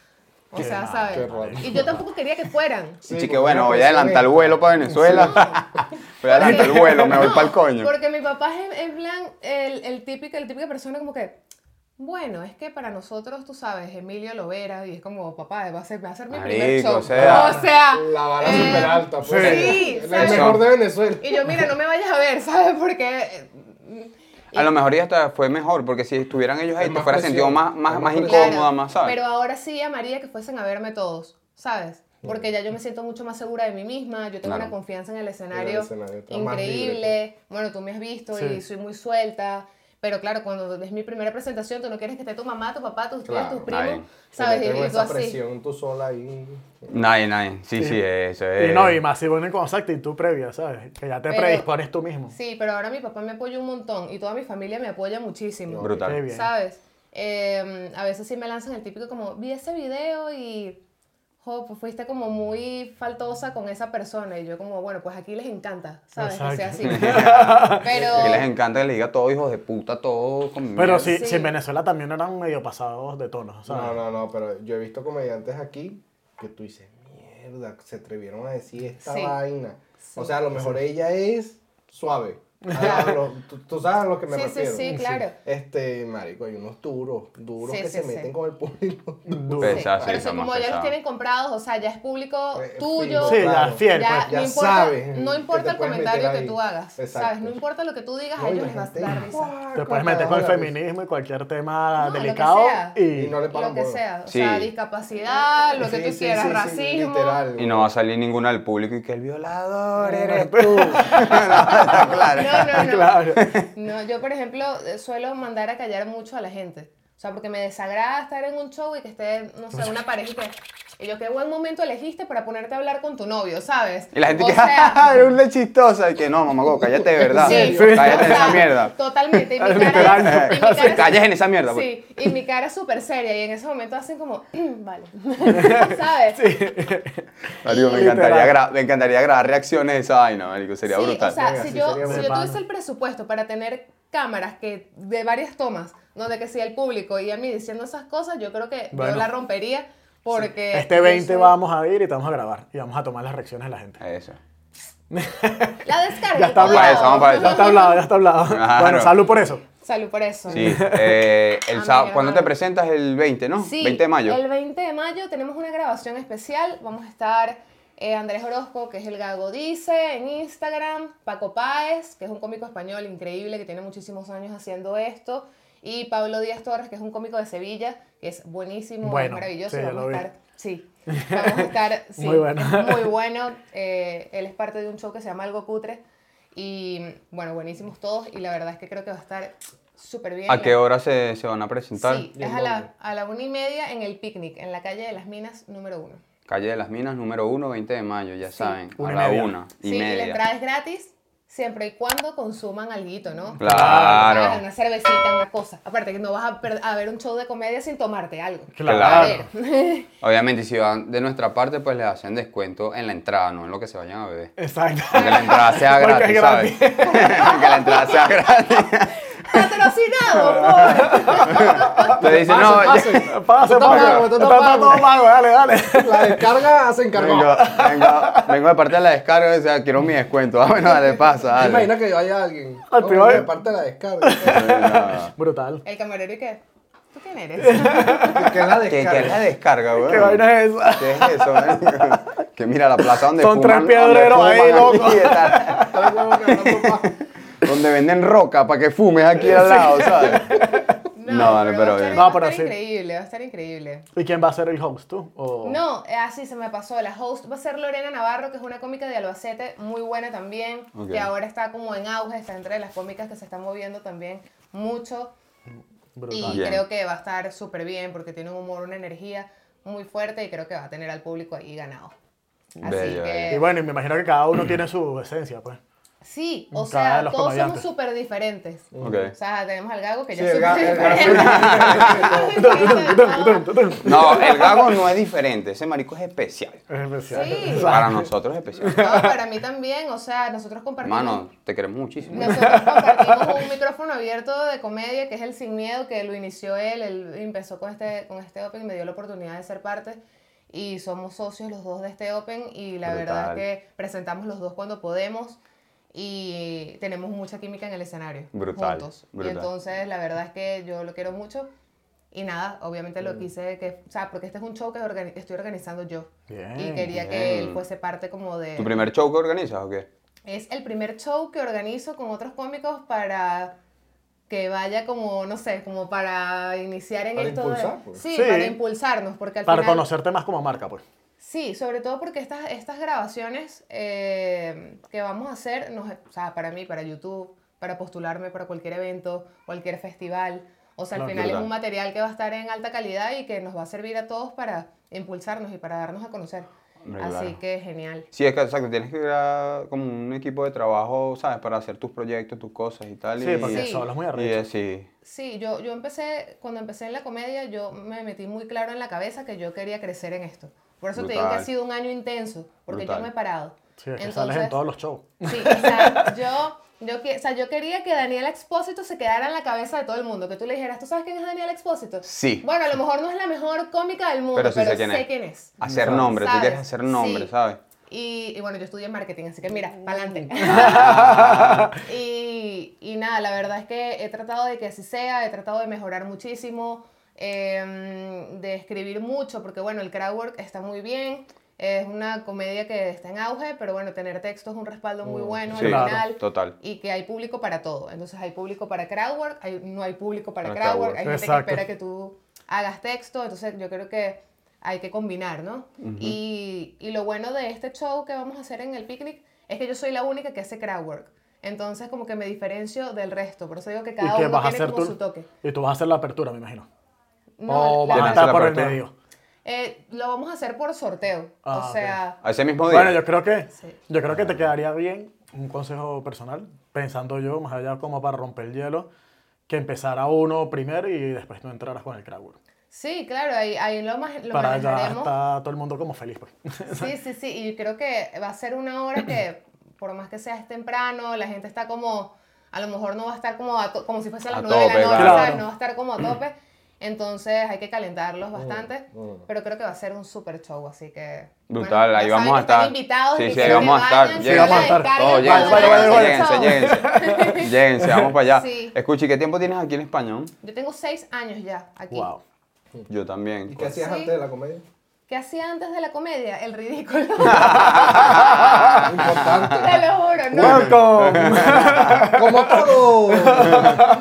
Speaker 3: O
Speaker 4: Qué
Speaker 3: sea,
Speaker 4: mal,
Speaker 2: qué
Speaker 3: ¿sabes?
Speaker 2: raro.
Speaker 3: Y yo tampoco quería que fueran.
Speaker 1: Así
Speaker 2: Sí,
Speaker 1: que
Speaker 2: porque
Speaker 1: bueno,
Speaker 2: no
Speaker 1: voy a
Speaker 2: pensaba
Speaker 1: adelantar el
Speaker 2: en-
Speaker 1: vuelo para Venezuela. voy a adelantar el vuelo, me voy
Speaker 3: No,
Speaker 1: para el coño.
Speaker 3: Porque mi papá es en plan el, el típico, el típica persona como que, bueno, es que para nosotros, tú sabes, Emilio Lovera, y es como, papá, va a ser, va a ser mi primer
Speaker 1: Marico,
Speaker 3: show.
Speaker 1: o sea,
Speaker 3: O sea,
Speaker 2: La vara
Speaker 3: eh,
Speaker 2: super alta, pues.
Speaker 3: Sí,
Speaker 2: El
Speaker 3: ¿sabes?
Speaker 2: mejor de Venezuela.
Speaker 3: Y yo, mira, no me vayas a ver, ¿sabes? Porque... eh,
Speaker 1: A lo mejor ya hasta fue mejor, porque si estuvieran ellos ahí,
Speaker 2: Es
Speaker 1: te
Speaker 2: más
Speaker 1: fuera
Speaker 2: presión.
Speaker 1: sentido más, más,
Speaker 2: Es
Speaker 1: más
Speaker 2: más
Speaker 3: claro,
Speaker 1: incómoda, más, ¿sabes?
Speaker 3: Pero ahora sí amaría que fuesen a verme todos, ¿sabes?
Speaker 2: Mm.
Speaker 3: Porque ya yo me siento mucho más segura de mí misma, yo tengo
Speaker 1: Claro.
Speaker 3: una confianza en el escenario,
Speaker 2: escenario, estás más pues.
Speaker 3: increíble. Bueno, tú me has visto
Speaker 4: Sí.
Speaker 3: y soy muy suelta. Pero claro, cuando es mi primera presentación, tú no quieres que esté tu mamá, tu papá, tus tíos,
Speaker 2: Claro,
Speaker 3: tus primos,
Speaker 1: nadie.
Speaker 3: ¿sabes?
Speaker 2: Te
Speaker 3: Y,
Speaker 2: metes con
Speaker 3: y tú
Speaker 2: esa
Speaker 3: así.
Speaker 2: presión tú sola ahí.
Speaker 1: Nadie, nadie. Sí, sí, eso es.
Speaker 4: Y no, y más si vienen con esa actitud previa, ¿sabes? Que ya te
Speaker 3: Pero-
Speaker 4: predispones tú mismo.
Speaker 3: Sí, pero ahora mi papá me apoya un montón y toda mi familia me apoya muchísimo.
Speaker 1: Brutal.
Speaker 4: Qué bien.
Speaker 3: ¿Sabes? Eh, a veces sí me lanzan el típico como, vi ese video y jo, pues fuiste como muy faltosa con esa persona. Y yo como, bueno, pues aquí les encanta, ¿sabes?
Speaker 4: Exacto.
Speaker 3: Que sea así.
Speaker 1: Que les
Speaker 3: Pero...
Speaker 1: encanta que les diga todo hijos de puta, todo con
Speaker 4: Pero
Speaker 1: mierda.
Speaker 4: sí,
Speaker 3: Sí.
Speaker 4: sí, en Venezuela también eran medio pasados de tono, ¿sabes?
Speaker 2: No, no, no, pero yo he visto comediantes aquí que tú dices, mierda, se atrevieron a decir esta
Speaker 3: Sí.
Speaker 2: vaina.
Speaker 3: Sí.
Speaker 2: O sea, a lo mejor ella es suave. Ah, lo- tú, tú sabes a lo que me
Speaker 3: Sí, sí,
Speaker 2: refiero.
Speaker 3: sí, claro.
Speaker 2: Este, marico, hay unos duros, duros
Speaker 3: Sí,
Speaker 2: que
Speaker 3: sí,
Speaker 2: se
Speaker 3: sí.
Speaker 2: meten con el público.
Speaker 4: Duro.
Speaker 3: Sí,
Speaker 1: Pues, Pesado, sí,
Speaker 3: Pero
Speaker 1: está
Speaker 3: son
Speaker 1: más
Speaker 3: como ya los
Speaker 1: pesado.
Speaker 3: tienen comprados, o sea, ya es público
Speaker 2: Eh,
Speaker 3: tuyo.
Speaker 4: Sí, ya
Speaker 2: claro.
Speaker 4: es fiel.
Speaker 3: Ya,
Speaker 4: pues.
Speaker 2: ya
Speaker 3: no importa,
Speaker 2: sabes
Speaker 3: no
Speaker 2: que
Speaker 3: importa
Speaker 2: te
Speaker 3: el
Speaker 2: puedes
Speaker 3: comentario
Speaker 2: meter
Speaker 3: que
Speaker 2: ahí.
Speaker 3: tú hagas, ¿sabes?
Speaker 2: Exacto.
Speaker 3: No importa lo que tú digas, a
Speaker 2: No, y
Speaker 3: ellos
Speaker 2: la
Speaker 3: les vas a
Speaker 2: gente,
Speaker 3: dar risa.
Speaker 2: ¡guau!
Speaker 4: Te puedes meter con el
Speaker 2: Cagada,
Speaker 4: feminismo y cualquier tema
Speaker 3: No, lo que
Speaker 4: delicado
Speaker 3: sea.
Speaker 4: y,
Speaker 2: Y no le paran
Speaker 3: Lo que
Speaker 2: bola.
Speaker 3: sea, o
Speaker 1: Sí.
Speaker 3: sea, discapacidad, lo que
Speaker 2: Sí,
Speaker 3: tú
Speaker 2: sí,
Speaker 3: quieras,
Speaker 2: sí, sí,
Speaker 3: racismo.
Speaker 2: literal.
Speaker 1: Y no va a salir ninguna del público y que el violador eres tú.
Speaker 3: No, no, no.
Speaker 4: Claro.
Speaker 3: No, yo, por ejemplo, eh, suelo mandar a callar mucho a la gente. O sea, porque me desagrada estar en un show y que esté, no sé, una pareja y que... Y yo, qué buen momento elegiste para ponerte a hablar con tu novio, ¿sabes?
Speaker 1: Y la gente
Speaker 3: o
Speaker 1: que,
Speaker 3: sea,
Speaker 1: ¡ah, eres una chistosa! Y que no, mamá, cállate de verdad.
Speaker 3: Sí,
Speaker 1: cállate en
Speaker 3: o sea,
Speaker 1: esa mierda.
Speaker 3: Totalmente. Y mi
Speaker 4: Literal.
Speaker 3: cara, y mi cara-
Speaker 1: Sí, calles en esa mierda, pues.
Speaker 3: Sí, y mi cara es súper seria. Y en ese momento hacen como, "Mm, vale. ¿Sabes?
Speaker 1: Marico, me,
Speaker 4: Literal.
Speaker 1: encantaría gra- me encantaría grabar reacciones de esa vaina, marico. Sería
Speaker 3: Sí,
Speaker 1: brutal.
Speaker 3: O sea,
Speaker 2: Venga,
Speaker 3: si,
Speaker 2: sí,
Speaker 3: yo,
Speaker 2: sería
Speaker 3: si
Speaker 4: bueno.
Speaker 3: yo tuviese el presupuesto para tener cámaras que de varias tomas, no de que sea el público y a mí diciendo esas cosas, yo creo que
Speaker 4: Bueno.
Speaker 3: yo la rompería porque...
Speaker 4: Este
Speaker 3: Eh, yo
Speaker 4: 20
Speaker 3: soy-
Speaker 4: vamos a ir y te vamos a grabar. Y vamos a tomar las reacciones de la gente.
Speaker 1: Eso.
Speaker 3: La descarga.
Speaker 4: Ya está
Speaker 3: todo.
Speaker 1: para eso, vamos para eso.
Speaker 4: Ya está hablado, ya está hablado.
Speaker 1: Claro.
Speaker 4: Bueno, salud por eso.
Speaker 3: Salud por eso.
Speaker 1: Sí, eh, el
Speaker 3: Ah,
Speaker 1: sábado,
Speaker 3: mira,
Speaker 1: ¿cuándo te
Speaker 3: vale.
Speaker 1: presentas? El 20, ¿no?
Speaker 3: Sí,
Speaker 1: 20 de mayo.
Speaker 3: El 20 de mayo tenemos una grabación especial. Vamos a estar eh, Andrés Orozco, que es el Gago Dice, en Instagram, Paco Páez, que es un cómico español increíble que tiene muchísimos años haciendo esto, y Pablo Díaz Torres, que es un cómico de Sevilla, que es buenísimo,
Speaker 4: Bueno,
Speaker 3: es maravilloso.
Speaker 4: sí, ya
Speaker 3: Vamos
Speaker 4: lo
Speaker 3: a
Speaker 4: vi.
Speaker 3: estar, sí. Vamos a estar, sí,
Speaker 4: Muy bueno.
Speaker 3: es muy bueno. Eh, él es parte de un show que se llama Algo Cutre. Y bueno, buenísimos todos. Y la verdad es que creo que va a estar súper bien.
Speaker 1: ¿A
Speaker 3: La-
Speaker 1: Ah, qué hora se, se van a presentar?
Speaker 3: Sí, es a la, a la una y media en el picnic, en la calle de las minas número uno.
Speaker 1: Calle de las Minas, número 1, 20 de mayo, ya saben.
Speaker 4: Una
Speaker 1: a
Speaker 4: y
Speaker 1: la
Speaker 4: media.
Speaker 1: una y
Speaker 3: sí, y la
Speaker 1: media.
Speaker 3: entrada es gratis, siempre y cuando consuman alguito, ¿no?
Speaker 1: Claro.
Speaker 3: Ah, Una cervecita, una cosa. Aparte que no vas a, per- a ver un show de comedia sin tomarte algo.
Speaker 1: Claro.
Speaker 3: A ver,
Speaker 1: Obviamente, si van de nuestra parte, pues les hacen descuento en la entrada, no en lo que se vayan a beber.
Speaker 4: Exacto.
Speaker 1: Aunque la entrada sea gratis,
Speaker 4: Porque es
Speaker 1: ¿sabes?
Speaker 4: gratis.
Speaker 1: Aunque la entrada sea gratis.
Speaker 3: patrocinado por...
Speaker 1: Te dicen, no, ya-
Speaker 2: Pasen, pasen.
Speaker 4: Pasa,
Speaker 2: Esto está
Speaker 4: pasa.
Speaker 2: pago, esto
Speaker 4: Está
Speaker 2: está
Speaker 4: está
Speaker 2: pago.
Speaker 4: todo pago, dale, dale.
Speaker 2: La descarga se encargó.
Speaker 1: vengo, vengo, vengo de parte de la descarga, o sea, quiero mi descuento. Ah, bueno, dale, pasa,
Speaker 2: ¿Te
Speaker 1: dale.
Speaker 2: imaginas que vaya alguien?
Speaker 4: Al
Speaker 2: Oh,
Speaker 4: privado.
Speaker 2: de parte de la descarga.
Speaker 1: No.
Speaker 4: Brutal.
Speaker 3: El camarero y qué. ¿Tú quién eres?
Speaker 2: que la
Speaker 1: ¿Qué, qué es la
Speaker 2: descarga.
Speaker 1: descarga, weón?
Speaker 4: ¿Qué vaina es esa?
Speaker 1: ¿Qué es eso, marico? Que mira, la plaza donde
Speaker 4: Son tres
Speaker 1: fuman, donde
Speaker 4: piedreros ahí,
Speaker 1: fuman
Speaker 4: loco.
Speaker 1: aquí y tal.
Speaker 2: Está bueno, que no, papá.
Speaker 1: Donde venden roca para que fumes aquí al lado, ¿sabes?
Speaker 3: No,
Speaker 1: No, vale, pero
Speaker 3: va a estar-
Speaker 1: bien.
Speaker 3: va a
Speaker 4: No, pero
Speaker 3: estar
Speaker 4: sí.
Speaker 3: increíble, va a estar increíble.
Speaker 4: ¿Y quién va a ser el host, tú?
Speaker 1: Oh.
Speaker 4: ¿O...
Speaker 3: No, eh, así se me pasó. La host va a ser Lorena Navarro, que es una cómica de Albacete, muy buena también,
Speaker 1: Ok.
Speaker 3: que ahora está como en auge, está entre las cómicas que se están moviendo también mucho.
Speaker 4: Brutal.
Speaker 3: Y
Speaker 1: Bien.
Speaker 3: creo que va a estar súper bien porque tiene un humor, una energía muy fuerte y creo que va a tener al público ahí ganado. Así
Speaker 1: Bello,
Speaker 3: que
Speaker 4: Y bueno, y me imagino que cada uno tiene su esencia, pues.
Speaker 3: sí, o
Speaker 4: cada de
Speaker 3: sea,
Speaker 4: los
Speaker 3: todos somos
Speaker 4: comediantes.
Speaker 3: súper diferentes.
Speaker 1: Ok.
Speaker 3: O sea, tenemos al Gago que
Speaker 2: Sí,
Speaker 3: ya es
Speaker 2: el ga-
Speaker 3: súper
Speaker 2: el
Speaker 3: diferente.
Speaker 1: No, el gago no es diferente, ese marico es especial.
Speaker 4: Es especial.
Speaker 3: Sí.
Speaker 1: Para nosotros es especial.
Speaker 3: No, para mí también, o sea, nosotros compartimos
Speaker 1: Hermano, te queremos muchísimo.
Speaker 3: Nosotros compartimos un micrófono abierto de comedia, que es el Sin Miedo, que lo inició él, él empezó con este, con este Open, me dio la oportunidad de ser parte y somos socios los dos de este Open y la verdad
Speaker 1: Brutal.
Speaker 3: es que presentamos los dos cuando podemos y tenemos mucha química en el escenario.
Speaker 1: Brutal,
Speaker 3: juntos.
Speaker 1: brutal.
Speaker 3: Y entonces la verdad es que yo lo quiero mucho y nada, obviamente
Speaker 1: Mm.
Speaker 3: lo quise que, o sea, porque este es un show que organi- estoy organizando yo.
Speaker 4: Bien,
Speaker 3: y quería que
Speaker 1: bien.
Speaker 3: él fuese parte como de...
Speaker 1: ¿Tu primer show que organizas o qué?
Speaker 3: Es el primer show que organizo con otros cómicos para que vaya como, no sé, como para iniciar en
Speaker 2: Para
Speaker 3: esto de...
Speaker 2: impulsar, pues.
Speaker 3: Sí,
Speaker 4: Sí.
Speaker 3: para impulsarnos, porque al
Speaker 4: Para
Speaker 3: final...
Speaker 4: conocerte más como marca, pues.
Speaker 3: Sí, sobre todo porque estas, estas grabaciones eh, que vamos a hacer, nos, o sea, para mí, para YouTube, para postularme para cualquier evento, cualquier festival, o sea, al
Speaker 4: Claro,
Speaker 3: final es
Speaker 1: claro.
Speaker 3: un material que va a estar en alta calidad y que nos va a servir a todos para impulsarnos y para darnos a conocer.
Speaker 1: Hombre,
Speaker 3: Así
Speaker 1: claro.
Speaker 3: que genial.
Speaker 1: Sí, es que exacto, tienes que crear como un equipo de trabajo, ¿sabes? Para hacer tus proyectos, tus cosas y tal.
Speaker 4: Sí,
Speaker 1: y,
Speaker 4: porque
Speaker 3: Sí.
Speaker 4: solo es muy
Speaker 1: y
Speaker 4: arrecho.
Speaker 1: es- sí.
Speaker 3: Sí, yo, yo empecé, cuando empecé en la comedia, yo me metí muy claro en la cabeza que yo quería crecer en esto. Por eso te digo que
Speaker 1: Brutal.
Speaker 3: ha sido un año intenso, porque
Speaker 1: Brutal.
Speaker 3: yo me he parado.
Speaker 4: Sí, es que sales en todos los shows.
Speaker 3: Sí, o sea, yo, yo, que- o sea, yo quería que Daniel Expósito se quedara en la cabeza de todo el mundo, que tú le dijeras, ¿tú sabes quién es Daniel Expósito?
Speaker 1: Sí.
Speaker 3: Bueno, a lo mejor no es la mejor cómica del mundo,
Speaker 1: Pero
Speaker 3: pero,
Speaker 1: sí sé quién es.
Speaker 3: es.
Speaker 1: Hacer nombre, tú
Speaker 3: ¿Sabes?
Speaker 1: quieres hacer nombre,
Speaker 3: Sí.
Speaker 1: ¿sabes?
Speaker 3: Y, y bueno, yo estudié marketing, así que mira, pa'lante. y, y nada, la verdad es que he tratado de que así sea, he tratado de mejorar muchísimo, em, de escribir mucho, porque bueno, el crowdwork está muy bien, es una comedia que está en auge, pero bueno, tener texto es un respaldo muy bueno
Speaker 1: Sí,
Speaker 3: al
Speaker 4: claro,
Speaker 3: final.
Speaker 1: total.
Speaker 3: Y que hay público para todo. Entonces hay público para crowdwork, hay, no hay público para,
Speaker 1: Para
Speaker 3: crowdwork,
Speaker 1: crowdwork.
Speaker 3: hay gente
Speaker 4: Exacto.
Speaker 3: que espera que tú hagas texto, entonces yo creo que hay que combinar, ¿no? y, y lo bueno de este show que vamos a hacer en el picnic es que yo soy la única que hace crowdwork. Entonces como que me diferencio del resto, por eso digo que
Speaker 4: Y
Speaker 3: cada
Speaker 4: que
Speaker 3: uno
Speaker 4: vas a
Speaker 3: tiene
Speaker 4: hacer
Speaker 3: como
Speaker 4: tú.
Speaker 3: su toque.
Speaker 4: Y tú vas a hacer la apertura, me imagino.
Speaker 3: No,
Speaker 4: o vas a
Speaker 3: la-
Speaker 1: Tienes
Speaker 4: estar
Speaker 1: la
Speaker 4: por el
Speaker 1: apertura.
Speaker 4: medio.
Speaker 3: eh, lo vamos a hacer por sorteo.
Speaker 4: Ah,
Speaker 3: o
Speaker 4: ok.
Speaker 3: sea,
Speaker 1: Ese mismo día.
Speaker 4: Bueno, yo creo que
Speaker 3: Sí.
Speaker 4: yo creo que te quedaría bien un consejo personal, pensando yo, más allá como para romper el hielo, que empezara uno primero y después no entraras con el crowd.
Speaker 3: sí, claro, ahí, ahí lo, más, lo
Speaker 4: Para ya
Speaker 3: manejaremos.
Speaker 4: está todo el mundo como feliz, pues.
Speaker 3: Sí, sí, sí, y creo que va a ser una hora que, por más que sea es temprano, la gente está como, a lo mejor no va a estar como, a to- como si fuese a las
Speaker 1: A
Speaker 3: 9 de
Speaker 1: tope,
Speaker 3: la noche,
Speaker 4: claro.
Speaker 3: ¿sabes? no va a estar como a tope, entonces hay que calentarlos bastante,
Speaker 2: mm.
Speaker 3: pero creo que va a ser un super show, así que...
Speaker 1: Brutal,
Speaker 3: ya
Speaker 1: ahí vamos
Speaker 3: saben
Speaker 1: a
Speaker 3: que están
Speaker 1: estar.
Speaker 3: invitados,
Speaker 1: sí,
Speaker 3: que
Speaker 1: sí, ahí
Speaker 3: quieren que
Speaker 1: vamos a estar.
Speaker 3: vayan,
Speaker 4: Sí, vamos a
Speaker 3: se
Speaker 4: estar.
Speaker 3: descarguen,
Speaker 1: Todos,
Speaker 3: se
Speaker 1: lléguense,
Speaker 4: Vale, vale, vale,
Speaker 3: descarguen el show.
Speaker 1: lléguense, lléguense. Lléguense, vamos para allá.
Speaker 3: Sí.
Speaker 1: Escucha, ¿y qué tiempo tienes aquí en España? no?
Speaker 3: Yo tengo seis años ya aquí.
Speaker 4: Wow.
Speaker 1: Yo también.
Speaker 2: ¿Y qué hacías
Speaker 3: Sí.
Speaker 2: antes de la comedia?
Speaker 3: ¿Qué hacía antes de la comedia? El ridículo.
Speaker 2: Importante.
Speaker 3: Te lo juro, no.
Speaker 4: Welcome.
Speaker 2: ¡Como todo!
Speaker 3: No,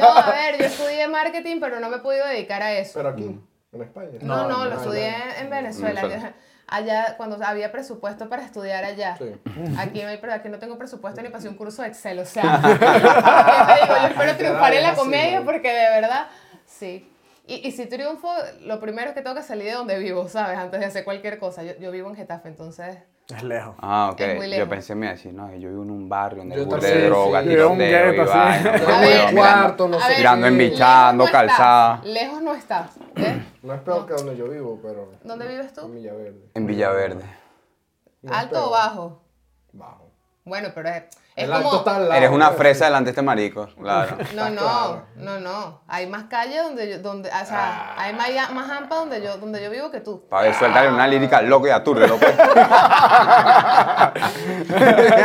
Speaker 3: a ver, yo estudié marketing, pero no me he podido dedicar a eso.
Speaker 2: Pero aquí, en España.
Speaker 3: No, no, lo
Speaker 2: en
Speaker 3: estudié
Speaker 2: España.
Speaker 3: en Venezuela.
Speaker 1: Venezuela.
Speaker 3: Allá, cuando había presupuesto para estudiar allá.
Speaker 2: Sí.
Speaker 3: Aquí, no hay, pre- aquí no tengo presupuesto ni para hacer un curso de Excel, o sea. yo te digo, yo espero triunfar en la
Speaker 2: Así,
Speaker 3: comedia
Speaker 2: ¿no?
Speaker 3: porque de verdad, sí. Y, y si triunfo, lo primero es que tengo que salir de donde vivo, ¿sabes? Antes de hacer cualquier cosa. Yo, yo vivo en Getafe, entonces...
Speaker 4: Es lejos.
Speaker 1: Ah, ok.
Speaker 3: Es muy
Speaker 1: Yo
Speaker 3: lejos.
Speaker 1: pensé, me iba a decir, no, yo vivo en un barrio donde
Speaker 2: Yo
Speaker 1: hay burda
Speaker 2: también,
Speaker 1: de droga,
Speaker 2: sí.
Speaker 4: Vivo en un
Speaker 1: tiroteo y
Speaker 4: gueto, sí.
Speaker 1: vaina.
Speaker 2: Yo
Speaker 1: Pero
Speaker 2: vivo
Speaker 1: bueno,
Speaker 2: en un
Speaker 1: mira,
Speaker 2: cuarto, no
Speaker 3: a
Speaker 2: sé
Speaker 3: ver,
Speaker 2: qué.
Speaker 1: Tirando en
Speaker 3: lejos
Speaker 1: bichando,
Speaker 3: no estás,
Speaker 1: calzada.
Speaker 3: Lejos no estás, ¿eh?
Speaker 2: No es peor que donde yo vivo, pero.
Speaker 3: ¿Dónde vives
Speaker 2: En
Speaker 3: tú?
Speaker 2: Villaverde.
Speaker 1: En Villaverde.
Speaker 2: No es
Speaker 3: ¿Alto o
Speaker 2: peor.
Speaker 3: bajo?
Speaker 2: Bajo.
Speaker 3: Bueno, pero es, es
Speaker 2: El
Speaker 3: como...
Speaker 2: alto está al lado.
Speaker 1: Eres una
Speaker 2: ¿no?
Speaker 1: fresa delante de este marico, claro.
Speaker 3: No,
Speaker 2: Está
Speaker 3: no,
Speaker 2: claro.
Speaker 3: no, no. Hay más calles donde yo, donde, o sea, hay más, ya- más hampa donde yo, donde yo vivo que tú.
Speaker 1: Ah. Pa' ver, suéltale una lírica loco y atúrdelo, pues.